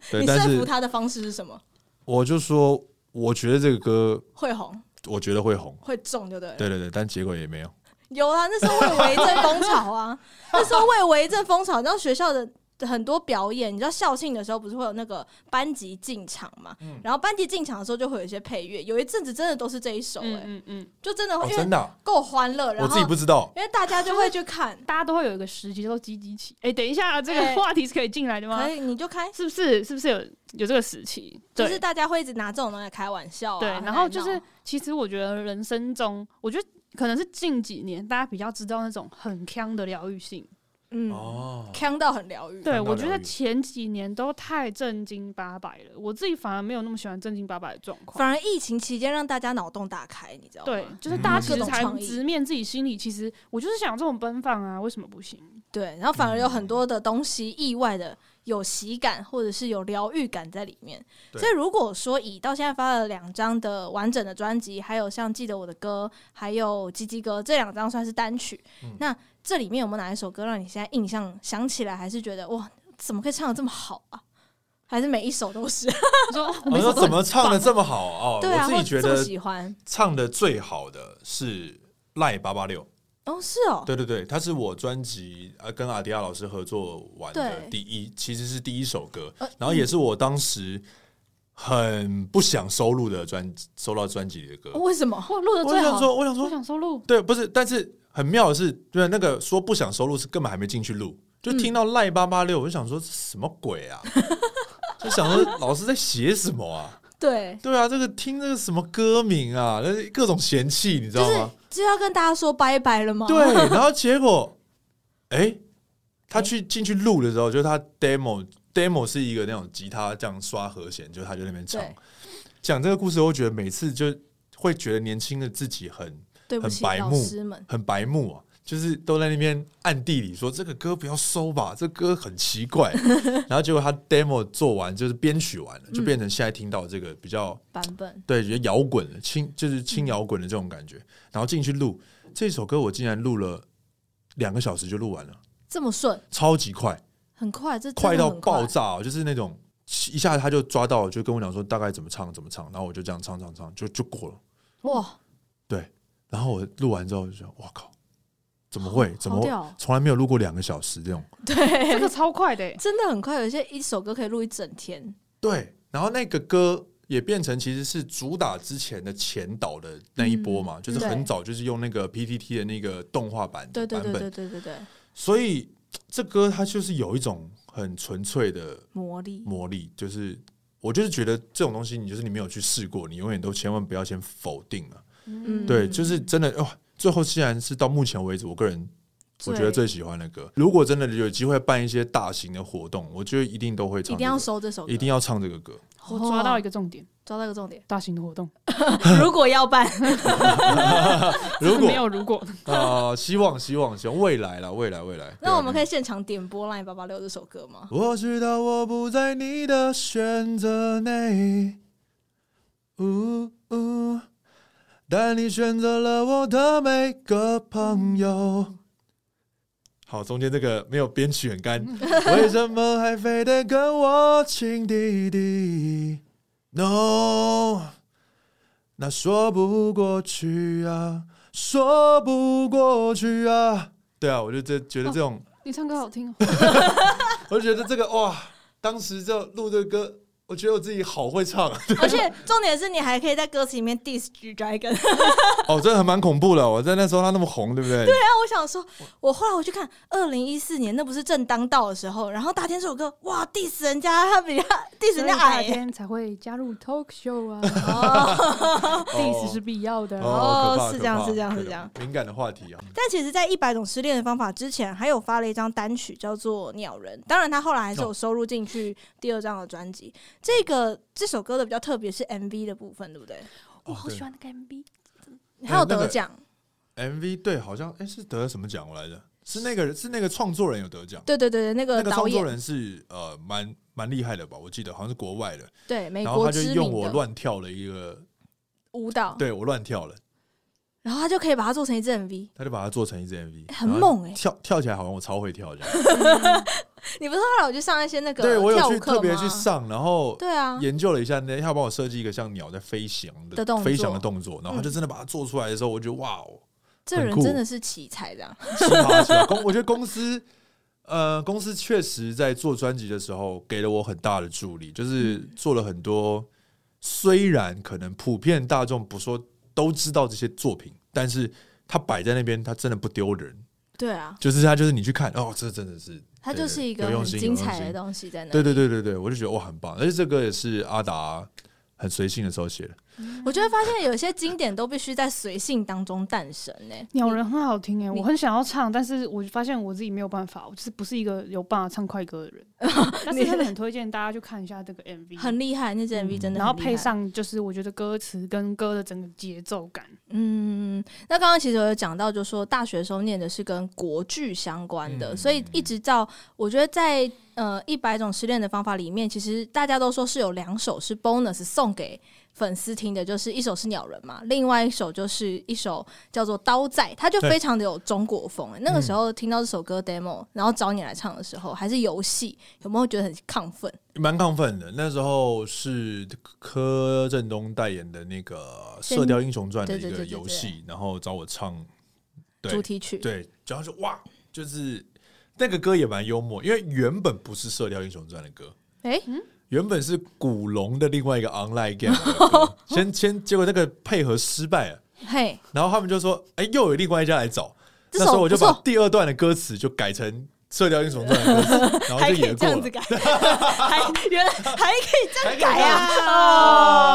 对，你但说服是他的方式是什么？我就说，我觉得这个歌，会红我觉得会红。会中就对了。对对对，但结果也没有。有啊，那时候我有一阵风潮啊， 那时候我有一阵风潮，你知道学校的。很多表演，你知道校庆的时候不是会有那个班级进场嘛？嗯然后班级进场的时候就会有一些配乐，有一阵子真的都是这一首、哎、嗯嗯，就真的会、哦，因真为的啊、够欢乐，然我后自己不知道。因为大家就会去 看，大家都会有一个时期叫做积极期。哎、等一下，这哎个话题是可以进来的吗可？以你就开，是不是？是不是有有这个时期？就对、是大家会一直拿这种东西来开玩笑啊。对。来然后就是闹，其实我觉得人生中，我觉得可能是近几年大家比较知道那种很强的疗愈性。嗯，哦，康到很疗愈。对，强到我觉疗得愈前几年都太正经八百了，我自己反而没有那么喜欢正经八百的状况。反啊而疫情期间让大家脑洞大开，你知道吗？对，就是嗯大家其各实种才创意直面自己心里，其实我就是想这种奔放啊，为什么不行？对，然后反而有嗯很多的东西意外的有喜感，或者是有疗愈感在里面。对所以如果说以到现在发了两张的完整的专辑，还有像《记得我的歌》还有《鸡鸡歌》这两张算是单曲，嗯那这里面有没有哪一首歌让你现在印象想起来，还是觉得哇，怎么可以唱的这么好啊？还是每一首都是？ 我说哦我我每说次怎么唱的这么好哦？对啊，我自或己觉这么得喜欢唱的最好的是赖八八六。哦，是哦，对对对，它是我专辑呃跟阿迪亚老师合作完的对第一，其实是第一首歌呃，然后也是我当时很不想收录的专收到专辑里的歌。哦为什么？ 我录的我最想好，说，我想我说，想收录。对，不是，但是很妙的是，对那个说不想收录是根本还没进去嗯录，就听到赖八八六，我就想说这什么 鬼啊？就想说老师在写什么啊？对，对啊，这个听这个什么歌名啊，那是各种嫌弃，你知就道是吗？就要跟大家说拜拜了吗？哦对，然后结果，哎、他去进去录的时候，就是他 demo demo 是一个那种吉他这样刷和弦，就是他就在那边唱对讲这个故事，我觉得每次就会觉得年轻的自己很对不起，很白老目师们，很白目啊。就是都在那边暗地里说这个歌不要收吧，这歌很奇怪。然后结果他 demo 做完，就是编曲完了，就变成现在听到这个比较版本对，觉得摇滚的轻，嗯就是轻摇滚的这种感觉。然后进去录这首歌，我竟然录了两个小时就录完了，这么顺，超级快，很快，这真的快到很爆炸、哦，就是那种一下他就抓到，就跟我讲说大概怎么唱怎么唱，然后我就这样唱唱唱，就就过了。哇！然后我录完之后就说，哇靠，怎么会？怎么好会屌 哦从来没有录过两个小时这种？这对，个超快的欸、真的很快，有一些一首歌可以录一整天。对，然后那个歌也变成其实是主打之前的前导的那一波嘛，就是很嗯对早就是用那个 PTT 的那个动画版对对版对本对对对对，所以这歌它就是有一种很纯粹的魔力，魔力，就是我就是觉得这种东西，你就是你没有去试过，你永远都千万不要先否定啊。嗯对，就是真的哦。最后既然是到目前为止，我个人我觉得最喜欢的歌，如果真的有机会办一些大型的活动，我觉得一定都会唱、一定要收这首歌，一定要唱这个歌。我抓到一个个重点，抓到一个重 点，大型的活动，如果要 办，如没果有如果，啊、希望希望希望未来啦，未来未来。那我们可以。以现场点播《Line 八八六》这首歌吗？我知道我不在你的选择内，呜呜，但你选择了我的每个朋友。好，中间这个没有编曲很干，为什么还非得跟我亲弟弟？No，那说不过去啊，说不过去啊。对啊，我就这觉得这种。你唱歌好听哦，我就觉得这个哇，当时就录这个歌，我觉得我自己好会唱 而且重点是你还可以在歌词里面 diss G Dragon。 哦，真的还蛮恐怖的。哦我在那时候他那么红，对不对？对啊，但我想说，我后来我去看二零一四年，那不是正当道的时候，然后大天这首歌，哇，diss 人家，他比他 diss 人家矮、欸，天才会加入 talk show 啊哦， ，diss 是必要的。哦可怕是这样可怕是这样是可这样敏感的话题啊。但其实，在《一百种失恋的方法》之前，还有发了一张单曲叫做《鸟人》，当然他后来还哦是有收录进去第二张的专辑。这个这首歌的比较特别是 MV 的部分，对不对？我好哦对喜欢那个 MV，还呃有得奖， MV 对，好像哎是得了什么奖我来着？是那个是那个创作人有得奖，对对对对，那那个个导创作演人是呃蛮蛮厉害的吧？我记得好像是国外的，对美然后国他就知用名我的哦乱跳了一个，舞蹈，对我乱跳了，然后他就可以把它做成一支 MV。他就把它做成一支 MV，很猛哎跳跳起来好像我超会跳这样。你不是后来有去上一些那个对我跳有舞去课特别吗去上，然后对啊，研究了一下，那他帮我设计一个像鸟在飞翔的的动作飞翔的动作，然后他就真的把它做出来的时候，我觉得哇哦，这很人酷真的是奇才，这样。奇葩奇葩！公 我觉得公司呃公司确实在做专辑的时候给了我很大的助力，就是嗯做了很多虽然可能普遍大众不说都知道这些作品，但是它摆在那边，它真的不丢人，对啊，就是它就是你去看哦，这真的是它对就是一个有用很心精有用彩心的东西在那。对对对对对，我就觉得哇很棒，而且这歌也是阿达很随性的时候写的。我就会发现有些经典都必须在随性当中诞生欸呢、鸟人很好听哎，你我很想要唱，但是我发现我自己没有办法，我就是不是一个有办法唱快歌的人。但是真的很推荐大家去看一下这个 MV，很厉害，那支嗯 MV 真的很厉害、然后配上就是我觉得歌词跟歌的整个节奏感，嗯，那刚刚其实我有讲到，就说大学的时候念的是跟国剧相关的，嗯所以一直到我觉得在呃一百种失恋的方法里面，其实大家都说是有两首是 bonus 送给粉丝听的，就是一首是鸟人嘛，另外一首就是一首叫做刀仔，它就对嗯非常的有中国风、欸那个时候听到这首歌 demo，然后找你来唱的时候，还是游戏，有没有觉得很亢奋？蛮亢奋的，那时候是柯震东代言的那个《仙射雕英雄传》的一对对个对对游戏，然后找我唱，对主题曲，对，然后就哇，就是那个歌也蛮幽默，因为原本不是《射雕英雄传》的歌，哎、嗯原本是古龙的另外一个 online game 的 歌，先先结果那个配合失败了，嘿，然后他们就说，哎、又有另外一家来找，这那首时候我就把不错第二段的歌词就改成《射雕英雄传》的 歌词，然后还就可以也这过样了子。改，还原来还可以这样改哎哎啊！哦，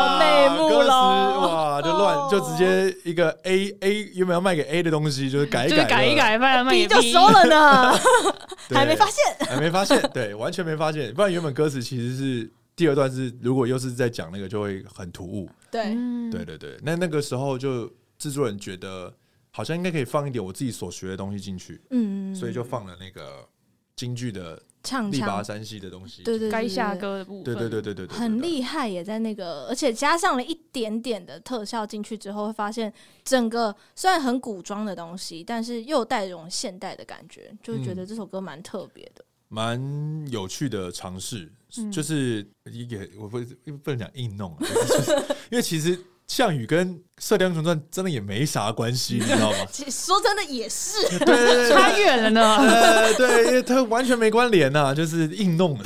啊内幕哦喽！哇，就乱就直接一个 A A 原本要卖给 A 的东西，就是哎改一就是改一改改，卖卖你也就收了呢， 了，还没发现，现。还没发现，对，完全没发现。不然原本歌词其实是第二段是，如果又是在讲那个，就会很突兀。对，嗯，对对对，那那个时候就制作人觉得好像应该可以放一点我自己所学的东西进去，嗯，所以就放了那个京剧的唱力拔腔，山兮的东西。对对，对该下，歌的部对分，对对对对对对，很害。厉害，也在那个，而且加上了一点点的特效进去之后，会发现整个虽然很古装的东西，但是又带这种现代的感觉，就会觉嗯得这首歌蛮特别的。？蛮有趣的尝试，嗯就是也我不不能讲硬弄啊， 就是因为其实项羽跟《射雕英雄传》真的也没啥关系，你知道吗其实说真的也是，对对对，差远了呢。呃，对，因为它完全没关联呐、就是硬弄的，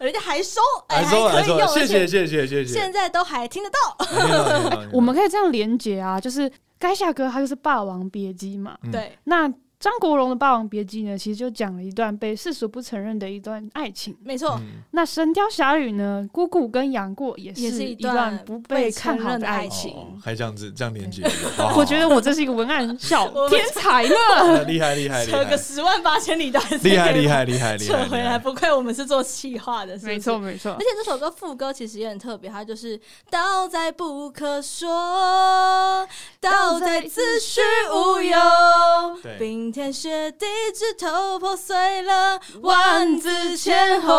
人家还 收，哎，来说还来可以说，用，谢而谢且谢谢谢谢，现在都还听得到。没有啦没有啦没有啦我们可以这样连接啊，就是该下歌它就是《霸王别姬》嘛，嗯对，那。张国荣的《霸王别姬》呢，其实就讲了一段被世俗不承认的一段爱情。没错，嗯那《神雕侠侣》呢，姑姑跟杨过也也是一一段段不被看承好认的爱爱情哦，还这样子这样连接，好好我觉得我这是一个文案小我们天才呢。好厉害厉害厉扯害个十万八千里的，厉害厉害厉害厉扯害，回来，不愧我们是做企划的，是不是没错，。没错而且，这首歌副歌其实也很特别，它就是“道在不可说，道在子虚乌有对，冰天雪地之头破碎了万紫千红。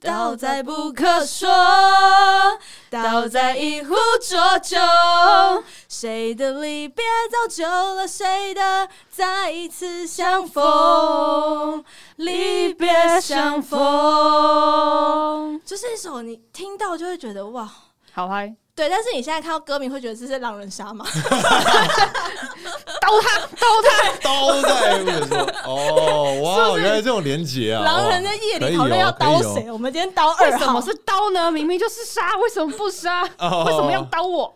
道在不可说，道在一壶浊酒。谁的离别造就了谁的再一次相逢，离别相逢。就是一首你听到就会觉得哇，好嗨，对。但是你现在看到歌名会觉得这是狼人 杀吗？刀他，刀他，刀在我说哦哇，原来这种连接啊，狼人哦在夜可以里讨论哦要可以刀哦谁，我们今天刀 为二什号。么是刀呢？明明就是杀，为什么不杀？哦为什么要刀我？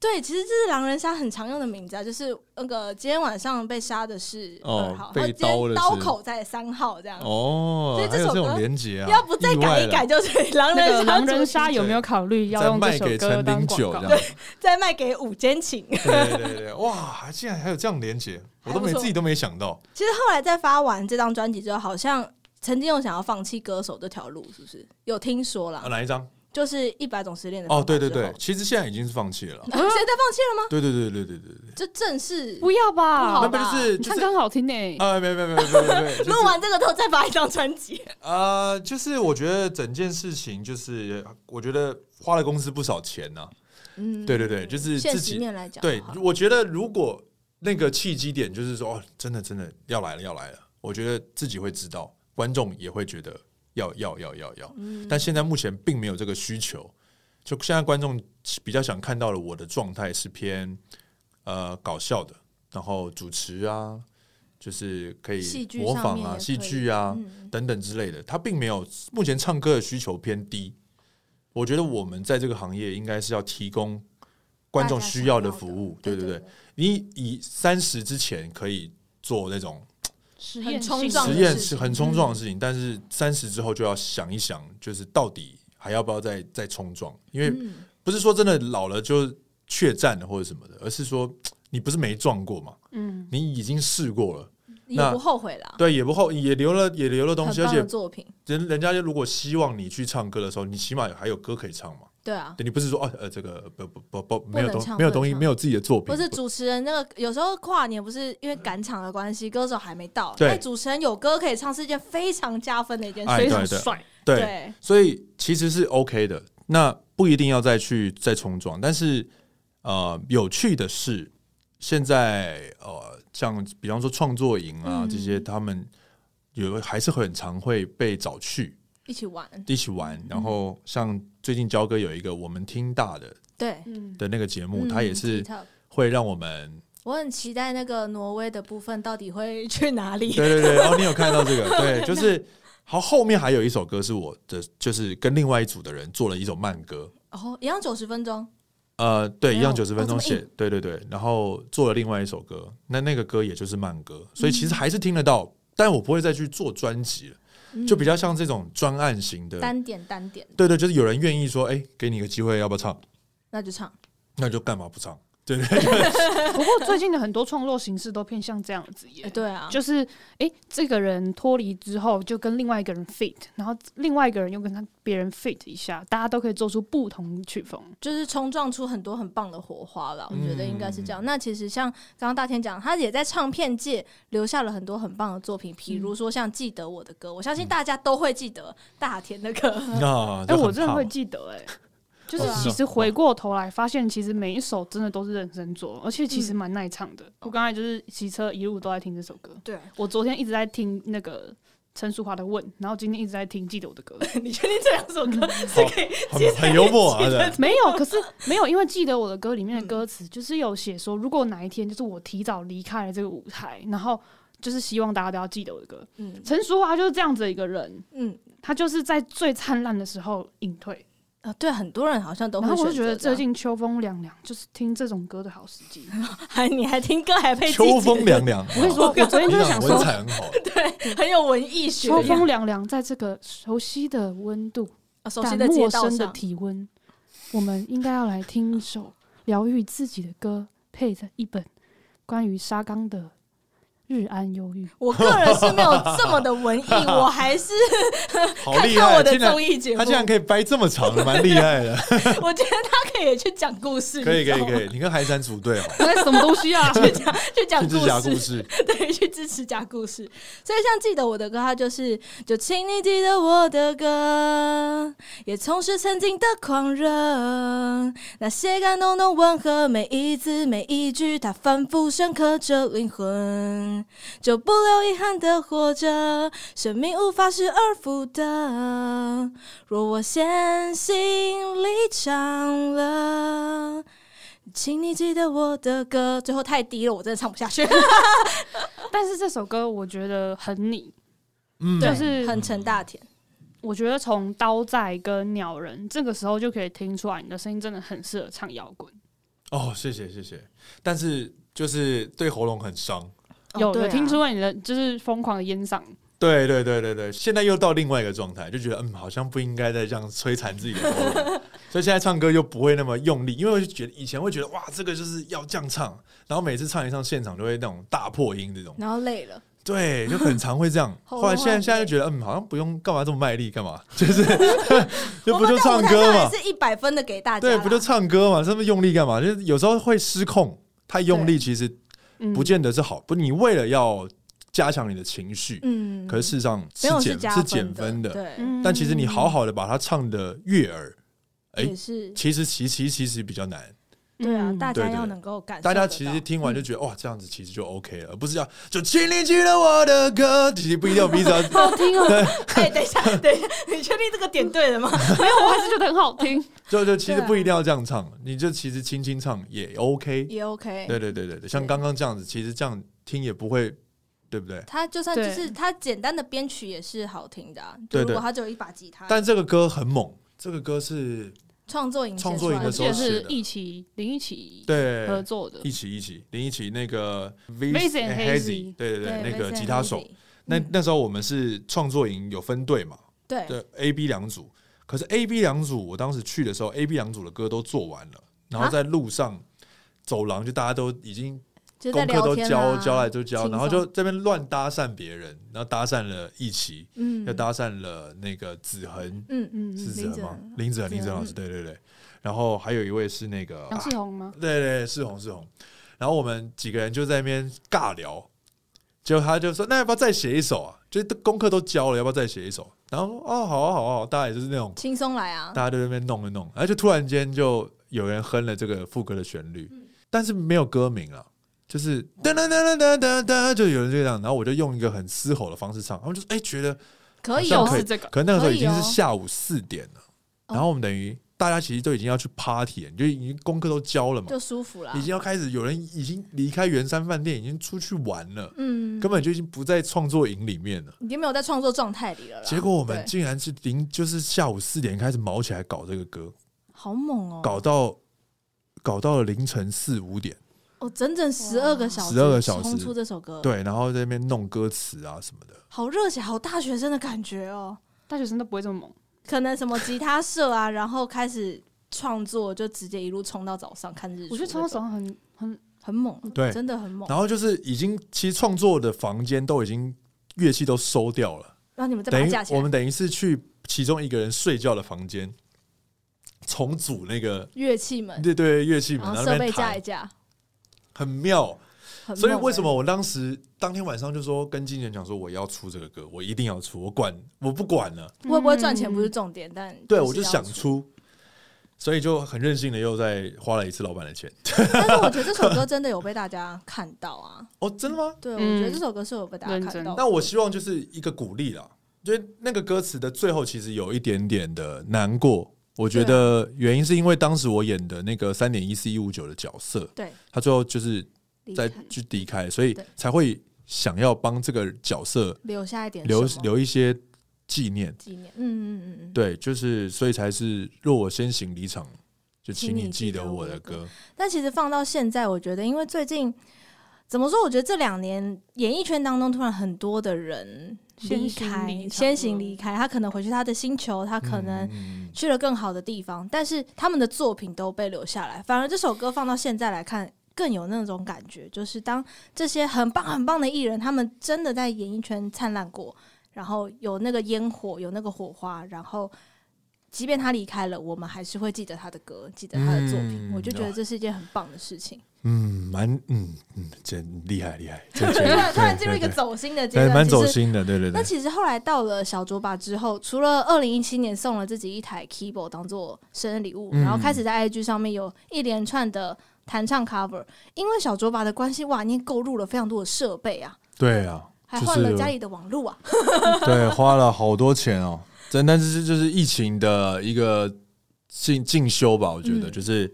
对，其实这是狼人杀很常用的名字啊，就是那个今天晚上被杀的是哦二号，被然后今天刀刀的是口在三号这样。哦所以，还这有首这种歌连接啊，要不再意改外一了改，就是狼那个人杀狼人主杀题有没有考虑要再用这卖首给歌陈当零九广告 这？样。再卖给五间情。对对对，哇，竟然还有这样连接，我都还不没错自己都没想到。其实后来在发完这张专辑之后，好像曾经有想要放弃歌手这条路，是不是？有听说啊啦，哪一张？就是一百种失恋的哦，方法对对之后对，其实现在已经是放弃了啦。啊现在放弃了吗？对对对对对对对，这正式不要不好吧那，不就是你就唱是歌很好听呢。啊，没有没有没有没有没有 没有，就是录完这个之后再发一张专辑，呃，就是我觉得整件事情就是，我觉得花了公司不少钱呢、嗯，对对对，就是现 自实己面来讲的对话，，我觉得如果那个契机点就是说，哦，真的真的要来了要来了，我觉得自己会知道，观众也会觉得要要要要要，嗯但现在目前并没有这个需求。就现在观众比较想看到的我的状态是偏呃搞笑的，然后主持啊，就是可戏以剧模上仿面也啊、可戏以剧啊、嗯等等之类的，他并没有目前唱歌的需求偏低。我觉得我们在这个行业应该是要提供观众需要的服务，大对家想要的对对对。你以三十之前可以做那种实验验性性这样实的验事是情嗯很冲撞的事情，但是三十之后就要想一想，就是到底还要不要再再冲撞？因为嗯，不是说真的老了就怯战了或者什么的，而是说你不是没撞过嘛，嗯，你已经试过了，哦也不后悔啦，对，也不后也留了也留了东很西，而棒的且作品，人人家如果希望你去唱歌的时候，你起码还有歌可以唱嘛。对啊。对你不是说哦呃这个不不不不没不有能东唱没有不能东西唱没有自己的作品，不是主持人那个，有时候跨年不是因为赶场的关系，歌手还没到，嗯哎对但主持人有歌可以唱是一件非常加分的一件哎事。非对常对帅。对，所以其实是 OK 的。那不一定要再去再冲撞，但是呃，有趣的是，现在呃，像比方说创作营啊、嗯这些，他们有还是很常会被找去一起玩，一起玩。嗯然后像最近焦哥有一个我们听大的对，嗯，的那个节目，嗯他也是 TikTok 会让我们我很期待那个挪威的部分到底会去哪里。对对对，哦然后你有看到 这个，对，就是好后面还有一首歌是我的，就是跟另外一组的人做了一首慢歌，哦，一样九十分钟，呃，哎对，没一样有九十哦分这钟么写，硬对对对，然后做了另外一首歌，那那个歌也就是慢歌，嗯所以其实还是听得到，但我不会再去做专辑了，嗯就比较像这种专案型的，单点单点，对对，就是有人愿意说，哎，给你个机会，要不要唱？那就唱。那就干嘛不唱？对对不过最近的很多创作形式都偏向这样子耶哎，。对啊，就是诶，这个人脱离之后，就跟另外一个人 fit，然后另外一个人又跟他别人 fit 一下，大家都可以做出不同曲风。就是冲撞出很多很棒的火花了，我嗯觉得应该是这样。那其实像刚刚大天讲，他也在唱片界留下了很多很棒的作品，比嗯如说像《记得我的歌》，我相信大家都会记得大田的歌。 那哎、啊就很我真的怕哦会嘛记得哎、 就是对啊哦其实回过头来发现，其实每一首真的都是认真做，而且其实蛮耐唱的。哦我刚才就是骑车一路都在听这首歌，对，我昨天一直在听那个陈淑华的《问》，然后今天一直在听《记得我的歌》。你确定这两首歌是可以？很很幽默啊，对。没有，可是没有，因为记得我的歌里面的歌词就是有写说，如果哪一天就是我提早离开了这个舞台，然后就是希望大家都要记得我的歌。嗯陈淑华就是这样子的一个人，嗯她就是在最灿烂的时候隐退，啊，对，很多人好像都会然选后择我这就样。觉得最近秋风凉凉，就是听这种歌的好时机。 还你还听歌还配季节秋风，凉凉。我跟你说 我昨天就是想说文采 很好，对，很有文艺学秋养。风凉凉，在这个熟悉的温度、啊熟悉但的街陌道生的上，体温，我们应该要来听一首疗愈自己的歌，配着一本关于沙冈的《日安 忧郁》。我个人是没有这么的文艺， 我还是好看厉看害！我的竟然综艺节目。他竟然可以掰这么长，蛮厉 害的。我觉得他可以去讲故事，可以可以以，可以，你跟海山组队哦好，那什么东西啊？去讲去故指甲事故，事。对， 去支持假故事。所以像记得我的歌，它就是就请你记得我的歌，也从是曾经的狂热，那些感动的温和，每一字每一句，它反复深刻着灵魂，就不留遗憾的活着，生命无法是二负的。若我先行离场了。请你记得我的歌，最后太低了，我真的唱不下去。但是这首歌我觉得很你，嗯，就是很陈大田，我觉得从刀仔跟鸟人这个时候就可以听出来，你的声音真的很适合唱摇滚。哦，谢谢谢谢，但是就是对喉咙很伤。有、哦对啊有听出来你的就是疯狂的烟嗓，对对对对对，现在又到另外一个状态，就觉得嗯，好像不应该再这样摧残自己的喉咙， 所以现在唱歌又不会那么用力，因为我就觉得以前会觉得哇，这个就是要这样唱，然后每次唱一唱现场就会那种大破音这种，然后累了，对，就很常会 这样。喉咙后来现在很现在就累觉得嗯，好像不用干嘛这么卖力，干嘛就是 就我不们就在唱舞台歌上嘛还，是一百分的给大家啦，对，不就唱歌嘛，这么用力干嘛？就是有时候会失控，太用力其实嗯，不见得是好，不，你为了要加强你的情绪，嗯，可是事实上没是有减加是减分分的，对，嗯但其实你好，好的把它唱的悦耳，哎也是其实其其其实比较难。嗯对啊，大对家对要对能够感受大得到，嗯家其实听完就觉得哇，这样子其实就 OK 了，而不是要就请你记得我的歌，其实不一定要 逼着。啊好听哦， 哎，等一下，等一下，你确定这个点对 了吗？ 没有，我还是觉得很好听。就就其实对啊不一定要这样唱，你就其实轻轻唱也 OK。也 OK，对对对对对，像刚刚这样子，其实这样听也不会，对不对？他就算就对是他简单的编曲也是好听的啊，就对对如果他只有一把吉他，但这个歌很猛，这个歌是创作营创写作出营来的我的时记候得写是的一起林一起合对作的，一起一起林一起那个 v Viz and Hazy 对对对，对那个 Vincent 吉他手 Hazy。那那时候我们是创作营有分队嘛，对，对 A、B 两组。可是 A、B 两组，我当时去的时候，A、B 两组的歌都做完了，然啊后在路上走廊就大家都已经就在功课聊都天交啊交来就交，轻然后松就这边乱搭讪别人，然后搭讪了一奇，嗯又搭讪了那个子恒，嗯嗯，是子林恒子吗恒？林子恒，子林子恒老师，对对对。然后还有一位是那个，杨啊世宏吗？对对对，是红是红。然后我们几个人就在那边尬聊，结果他就说：“那要不要再写一首啊？就是功课都交了，要不要再写一首？”然后说：“哦，好啊，好啊，好啊大家也就是那种轻松来啊，大家都在那边弄一弄，然后就突然间就有人哼了这个副歌的旋律，嗯但是没有歌名啊，就是噔噔噔噔噔噔噔，就有人就这样，然后我就用一个很嘶吼的方式唱，他们就哎、觉得可以好就哦像，是这个，可能那个时候可以已经是哦下午四点了，然后我们等于大家其实都已经要去 party，了你就已经功课都交了嘛，就舒服啦已，经要开始有人已经离开圆山饭店，已经出去玩了，嗯，根本就已经不在创作营里面了。已经没有在创作状态里了啦，结果我们对竟然是零，就是下午四点开始毛起来搞这个歌，好猛哦，搞到搞到了凌晨四五点，哦，整整十二个小时， 12个小时冲出这首歌，，对，然后在那边弄歌词啊什么的，好热血，好大学生的感觉哦。大学生都不会这么猛。可能什么吉他社啊，然后开始创作，就直接一路冲到早上看日出。我觉得冲到手上很很很猛，对真的很猛。然后就是已经其实创作的房间都已经乐器都收掉了，然后你们再把等它于架起我来，们等于是去其中一个人睡觉的房间，重组那个乐器们，对对乐器们，呃然然后后设那备边架一弹，架，很妙。很猛所以为欸什么我当时当天晚上就说跟经纪人讲说我要出这个歌，我一定要出，我管我不管了，会不会赚钱不是重点，但嗯对是我就要想。出，所以就很任性的又再花了一次老板的钱。但是我觉得这首歌真的有被大家看到啊，哦，真的吗？对，我嗯觉得这首歌是有被大家看认到真的。那我希望就是一个鼓励啦，就是那个歌词的最后其实有一点点的难过。我觉啊得原因是因为当时我演的那个三点一四一五九的角色，对，他最后就是离在开去离开，所以对才会想要帮这个角色留下一点留什么留一些纪念。纪念，嗯嗯嗯嗯。对，就是所以才是若我先行离场，就请请你你记记得得我我的的歌。但其实放到现在，我觉得，因为最近怎么说，我觉得这两年演艺圈当中突然很多的人离先开，行离场嗯先行离开，他可能回去他的星球，他可能嗯去了更好的地方，但是他们的作品都被留下来。反而这首歌放到现在来看，更有那种感觉，就是当这些很棒很棒的艺人，他们真的在演艺圈灿烂过，然后有那个烟火，有那个火花，然后。即便他离开了，我们还是会记得他的歌，记得他的作品。嗯我就觉哇得这是一件很棒的事情。嗯，蛮嗯嗯，真厉害厉害， 真突然突然对进入一个对走心的阶对段，蛮其走实心的，对对那对。其实后来到了小卓吧之后，除了二零一七年送了自己一台 keyboard 当做生日礼物，嗯然后开始在 IG 上面有一连串的弹唱 cover，因为小卓吧的关系，哇，你也购入了非常多的设备啊，对啊，还就换了是家里的网络啊， 对，花了好多钱哦，真，但是这就是疫情的一个进进修吧，我觉得、嗯就是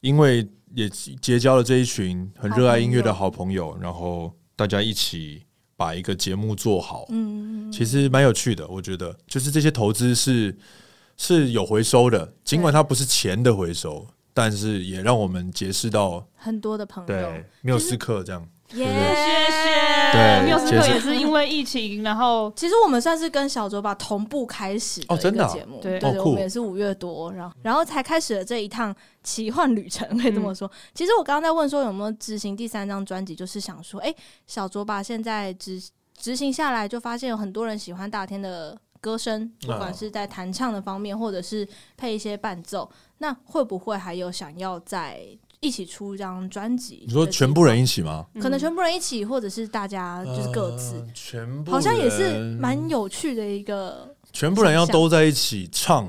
因为也结交了这一群很热爱音乐的好好朋友，然后大家一起把一个节目做好，嗯，其实蛮有趣的，我觉得就是这些投资是是有回收的，尽管它不是钱的回收，但是也让我们结识到很多的朋友对，缪斯克这样。耶对谢谢，对缪斯克其实也是因为疫情，然后其实我们算是跟小卓吧同步开始哦真一的个啊节目，对对哦对，酷我们也是五月多，然后然后才开始了这一趟奇幻旅程，可以这么说。嗯其实我刚刚在问说有没有执行第三张专辑，就是想说，哎、小卓吧现在执执行下来，就发现有很多人喜欢大天的歌声，啊不管是在弹唱的方面，或者是配一些伴奏，那会不会还有想要在一起出一张专辑？你说全部人一起吗？可能嗯全部人一起，或者是大家就是各自。呃全部好像也是人蛮有趣的一个。全部人要都在一起唱，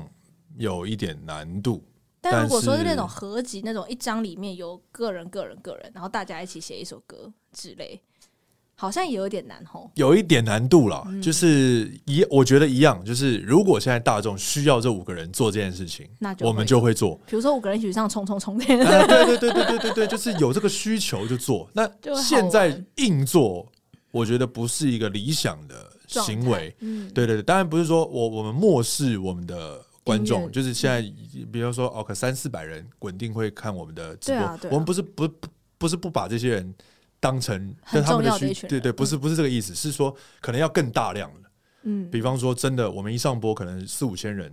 有一点难度。但如果说但是是那种合集，那种一张里面有个人、个人、个人，然后大家一起写一首歌之类，好像也有点难吼。有一点难度啦，嗯就是一，我觉得一样，就是如果现在大众需要这五个人做这件事情，那就我们就会做。 比如说五个人一起上《冲冲冲》那 个， 啊对对对对对对对，就是有这个需求就做。那就会好现在玩硬做，我觉得不是一个理想的状态行为。嗯，对对对，当然不是说我我们漠视我们的观音众，乐就是现在，比方说哦，可三四百人稳定会看我们的嗯直对播，啊对啊我们不是不不不是不把这些人当成很就他们重要的需一群人对对，不是不是这个意思，是说可能要更大量了。嗯，比方说，真的，我们一上播可能四五千人，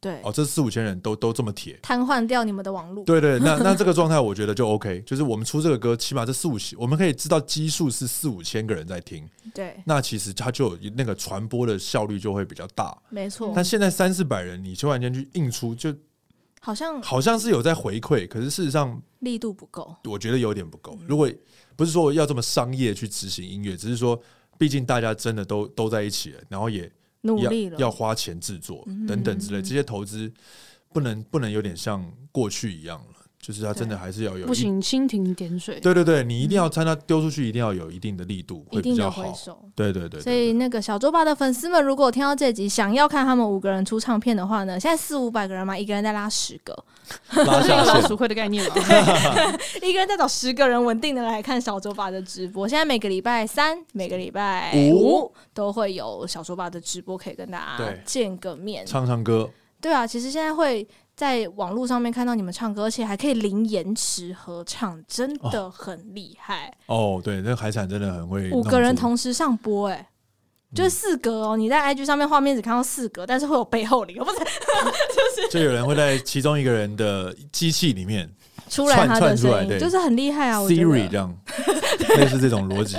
对，哦，这四五千人都都这么铁，瘫痪掉你们的网络，对对，那那这个状态我觉得 就 OK，就是我们出这个歌，起码这四五千，我们可以知道基数是四五千个人在听，对，那其实它就有那个传播的效率就会比较大。没错，但现在三四百人，你突然间去硬出，就好像好像是有在回馈，可是事实上力度不够，我觉得有点不够。嗯如果不是说要这么商业去执行音乐，只是说毕竟大家真的都都在一起了，然后也努要力了，嗯要花钱制作等等之类，这些投资不能不能有点像过去一样了，就是它真的对还是要有不一行，蜻蜓点水。对对对，你一定要参加丢出去，一定要有一定的力度，一会比定较的回好。收。对对对，所对以那个小周爸的粉丝们，如果听到这集，想要看他们五个人出唱片的话呢，现在四五百个人嘛，一个人在拉十个，对 拉这个下老线，鼠会的概 念嘛，一个人再找十个人稳定的来看小周爸的直播。现在每个礼拜三、每个礼拜五五都会有小周爸的直播，可以跟大家对见个面。唱唱歌，对啊，其实现在会在网络上面看到你们唱歌，而且还可以零延迟合唱，真的很厉害。哦，对，那海产真的很会弄五出。嗯个人同时上播、哎。就是四格哦，你在 IG 上面画面只看到四格，但是会有背后零，不是就有人会在其中一个人的机器里面出来他的串出来声对音，就是很厉害啊！我觉得 Siri 这样，类似这种逻辑。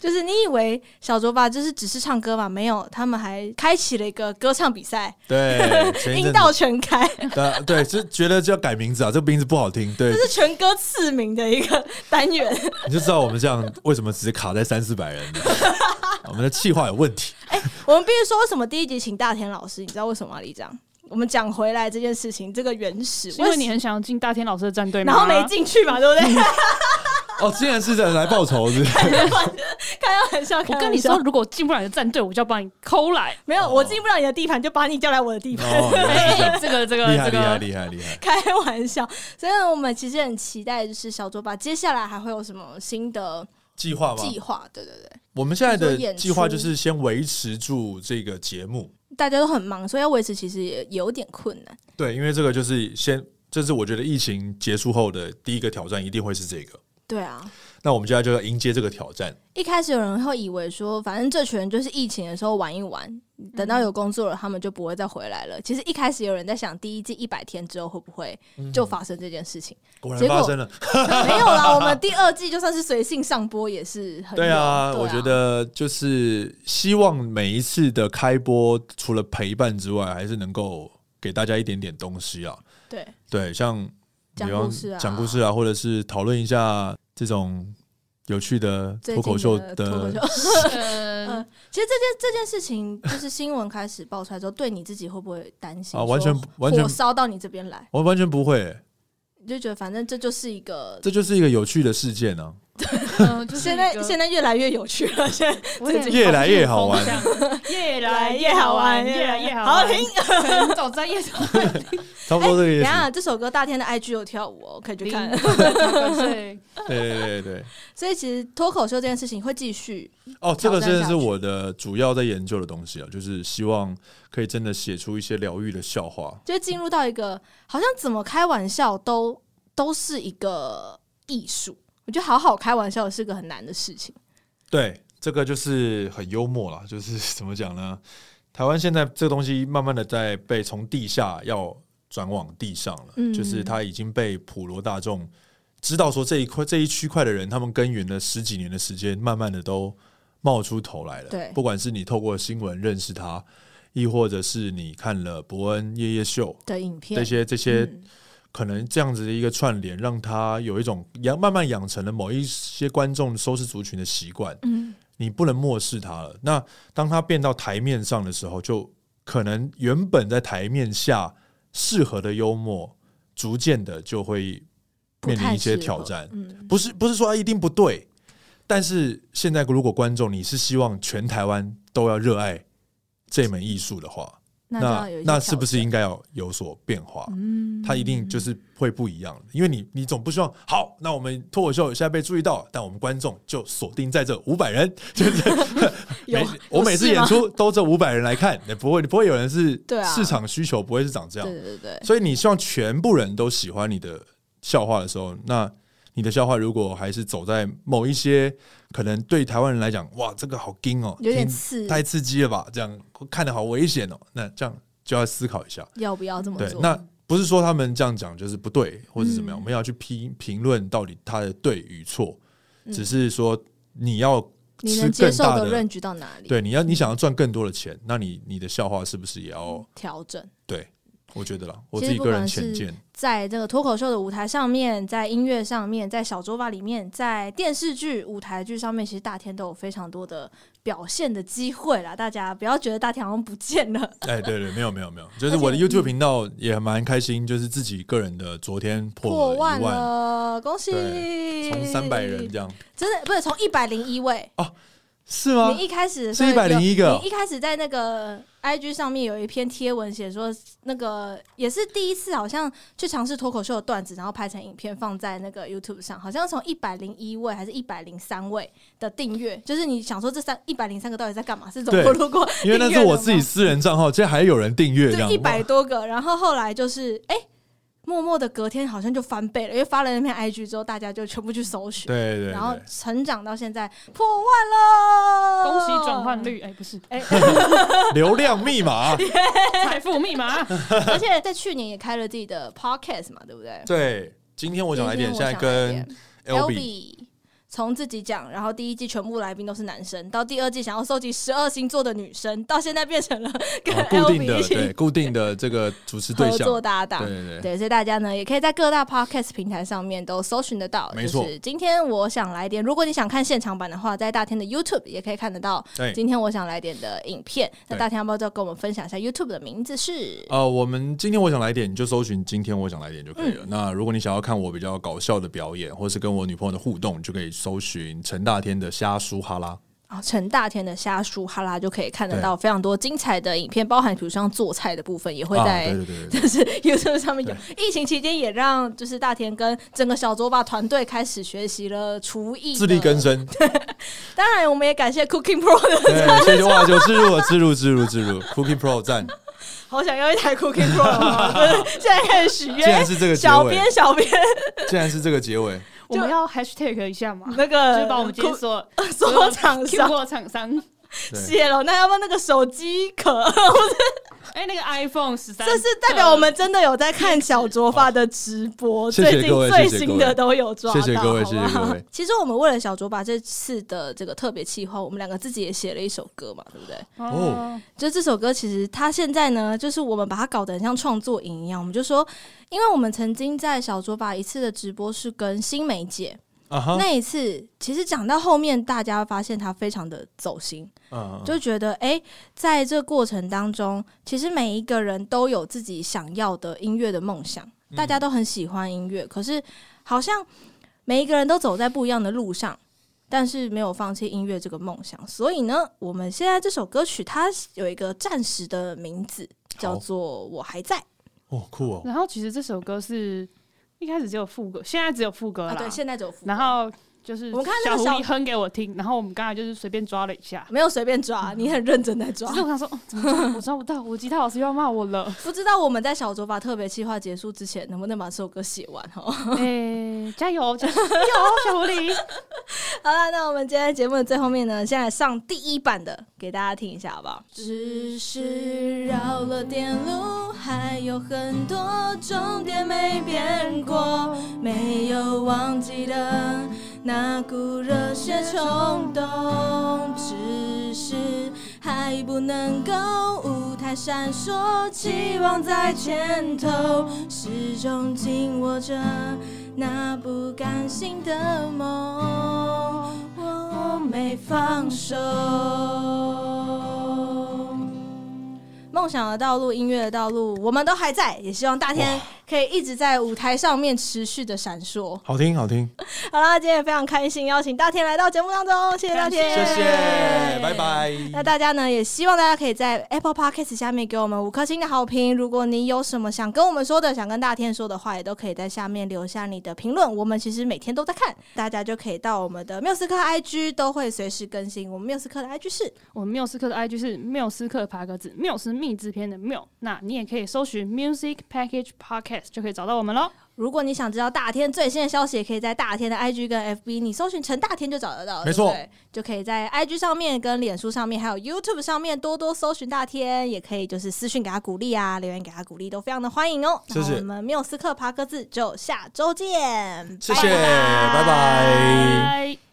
就是你以为小卓吧，就是只是唱歌嘛？没有，他们还开启了一个歌唱比赛，对，前一音阵道全开，这子呃对，就觉得就要改名字啊，这个名字不好听，对，是全歌次名的一个单元。你就知道我们这样为什么只卡在三四百人了，我们的气化有问题。我们必须说，为什么第一集请大田老师？你知道为什么吗？李长，我们讲回来这件事情，这个原始，是因为你很想要进大天老师的战队吗？然后没进去嘛，对不 对？哦，竟然是在来报仇，是不是？开玩笑，开我玩笑跟你说，，如果进不了你的战队，我就要把你抠 来。没有，哦我进不了你的地盘，就把你调来我的地 盘。哦，原来是这样哎这个这个厉这害厉害个，厉害厉害。开玩笑，所以呢，我们其实很期待，就是小卓吧，接下来还会有什么新的计划吗？计划？对对对，我们现在比如说的演出计划就是先维持住这个节目，大家都很忙，所以要维持其实也有点困难。对，因为这个就是先，这是我觉得疫情结束后的第一个挑战，一定会是这个。对啊，那我们现在就要迎接这个挑战。一开始有人会以为说，反正这群人就是疫情的时候玩一玩，等到有工作了，他们就不会再回来了。其实一开始有人在想，第一季一百天之后会不会嗯就发生这件事情？ 果结然果发生了，没有啦，我们第二季就算是随性上播也是很对啊，有我觉得就是希望每一次的开播，除了陪伴之外，还是能够给大家一点点东西啊。对对，像讲比方故事啊讲故事啊，或者是讨论一下这种有趣的最脱近口秀的脱口秀。 嗯，其实这件这件事情，就是新闻开始爆出来之后，对你自己会不会担心啊，完全说不完全火，烧到你这边来，我完全不会欸、你就觉得反正这就是一个。这就是一个有趣的事件啊。嗯就 是现在一个现在越来越有趣了，现 在我也最近越来越好玩，越来越好玩，越来越好好玩。听。 听，总在夜总差不多这个意等一思。下这首歌大天的 IG 有跳舞哦，可以去看。对，对对对对， 所以其实脱口秀这件事情会继续，哦，这挑个战真的下是去我的主要在研究的东西啊，就是希望可以真的写出一些疗愈的笑话。就进入到一个好像怎么开玩笑都都是一个艺术。我觉得好好开玩笑是个很难的事情。对，这个就是很幽默啦，就是怎么讲呢？台湾现在这个东西慢慢的在被从地下要转往地上了，嗯就是它已经被普罗大众知道说这一块这一区块的人，他们耕耘了十几年的时间，慢慢的都冒出头来了。对不管是你透过新闻认识他，亦或者是你看了伯恩夜夜秀的影片，这些这些嗯可能这样子的一个串联，让他有一种养慢慢养成了某一些观众收视族群的习惯，嗯，你不能漠视他了。那当他变到台面上的时候，就可能原本在台面下适合的幽默，逐渐的就会不面太临一些适合挑战。嗯，不是不是说啊它一定不对，但是现在如果观众你是希望全台湾都要热爱这门艺术的话，那就那要有一些那是不是挑应该要有所变化？战？嗯，它一定就是会不一样的，因为你你总不希望好，那我们脱口秀现在被注意到，但我们观众就锁定在这五百人，就是有每我每次有事演吗出都这五百人来看，也不会不会有人是对啊市场需求不会是长这样对，对对，所以你希望全部人都喜欢你的笑话的时候，那你的笑话如果还是走在某一些可能对台湾人来讲，哇，这个好惊哦，有点听刺，太刺激了吧，这样看的好危险哦，那这样就要思考一下。要不要这么对，做？那不是说他们这样讲就是不对或者怎么样，嗯我们要去评评论到底他的对与错，嗯只是说你要你吃能接更受大的嗯的， range 到哪里？对，你要你想要赚更多的钱，那你你的笑话是不是也要调整。对？我觉得啦，我其自实己不个管人是浅见，在这个脱口秀的舞台上面，在音乐上面，在小桌吧里面，在电视剧、舞台剧上面，其实大天都有非常多的表现的机会啦。大家不要觉得大天好像不见了，哎，对对，没有没有没有，就是而且我的 YouTube 频道也蛮开心，就是自己个人的昨天 破破了一万万，了，恭喜！对从三百人这样，真的不是从一百零一位。是吗你？一开始的时是候有101个你一开始在那个 IG 上面有一篇贴文写说，那个也是第一次，好像去尝试脱口秀的段子，然后拍成影片放在那个 YouTube 上，好像从一百零一位还是一百零三位的订阅，就是你想说这三一百零三个到底在干嘛？是怎么对路过？因为那是我自己私人账号，竟然还有人订阅这样就，一百哇多个，然后后来就是哎。默默的隔天好像就翻倍了，因为发了那篇 IG 之后，大家就全部去搜寻，对对，然后对成长到现在破万了，恭喜转换率，哎，不是，哎，流量密码，啊财富密 码， 而且在去年也开了自己的 podcast 嘛，对不对？对，今天我想来点，今现天在我想来跟点 L B LB 从自己讲，然后第一季全部来宾都是男生，到第二季想要收集十二星座的女生，到现在变成了 跟啊哦固定 LB 的一起 对固定的这个主持对合象作，搭档对。对对，对，所以大家呢也可以在各大 podcast 平台上面都搜寻得到。没就错是今天我想来点，如果你想看现场版的话，在大天的 YouTube 也可以看得到。哎，今天我想来点的影片，那对大天要不要再跟我们分享一下 YouTube 的名字是？呃，我们今天我想来点，你就搜寻今天我想来点就可以嗯了。那如果你想要看我比较搞笑的表演，或是跟我女朋友的互动，你就可以搜寻陈大天的瞎叔哈拉。然后陈啊大天的虾叔哈拉就可以看得到非常多精彩的影片，包含比如像做菜的部分也会啊，在对对对对，就是 YouTube 上面有。疫情期间也让就是大田跟整个小卓爸团队开始学习了厨艺，自力更。 生，当然，我们也感谢 Cooking Pro 的，对，谢谢哇，有自入，我自入，自入，自入，Cookie Pro 赞，好想要一台 Cooking Pro，哦就是现在开始许竟然愿。是这个结小尾编，，小编， 竟然是这个结尾，我们要 hashtag 一下嘛， 那就个是把我们今天所库所有呃厂听商过厂商， 对，谢了，那要不要那个手机壳？哎，那个 iPhone 十三，这是代表我们真的有在看小卓发的直播，谢最谢近各位最谢谢新各位的都有抓到，谢谢各位好不好 谢谢各位其实我们为了小卓把这次的这个特别企划，我们两个自己也写了一首歌嘛，对不对？哦，就这首歌，其实它现在呢，就是我们把它搞得很像创作营一样。我们就说，因为我们曾经在小卓吧一次的直播是跟新梅姐，啊哈，那一次其实讲到后面，大家发现她非常的走心，嗯，就觉得哎、诶在这过程当中，其实每一个人都有自己想要的音乐的梦想，大家都很喜欢音乐，可是好像每一个人都走在不一样的路上，但是没有放弃音乐这个梦想。所以呢，我们现在这首歌曲它有一个暂时的名字，叫好做《我还在》哦，酷哦，然后其实这首歌是一开始只有副歌，现在只有副歌啊。啦对，，现在只有副歌然后就是我们看那小个狐小狸哼给我听，然后我们刚才就是随便抓了一下。没有随便抓，你很认真在抓其实。我想说，哦怎么抓我抓不到？我吉他老师又要骂我 了。不知道我们在小卓吧特别计划结束之前，能不能把这首歌写完？哈。哎，加油，加油，小狐狸！ 好了，那我们今天节目的最后面呢，先来上第一版的，给大家听一下，好不好？只是绕了点路，还有很多终点没变过，没有忘记的那股热血冲动，只是还不能够舞台闪烁，期望在前头，始终紧握着。那不甘心的梦，我没放手。梦想的道路，音乐的道路，我们都还在，也希望大天可以一直在舞台上面持续的闪烁。好听，好听，好啦，今天也非常开心，邀请大天来到节目当中，谢谢大天，谢谢，拜。那拜，大家呢，也希望大家可以在 Apple Podcast 下面给我们五颗星的好评。如果你有什么想跟我们说的，想跟大天说的话，也都可以在下面留下你的评论。我们其实每天都在看，大家就可以到我们的缪斯克 IG 都会随时更新。我们缪斯克的 IG 是我们缪斯克的 IG 是缪斯克爬格子，缪是密制片的缪。那你也可以搜寻 Music Package Podcast 就可以找到我们喽。如果你想知道大天最新的消息，也可以在大天的 IG 跟 FB，你搜寻陈大天就找得到了，没对错不对就可以在 IG 上面、跟脸书上面，还有 YouTube 上面多多搜寻大天，也可以就是私讯给他鼓励啊，留言给他鼓励，都非常的欢迎哦。谢谢那我们缪斯克爬格子就下周见，谢谢，拜拜。拜。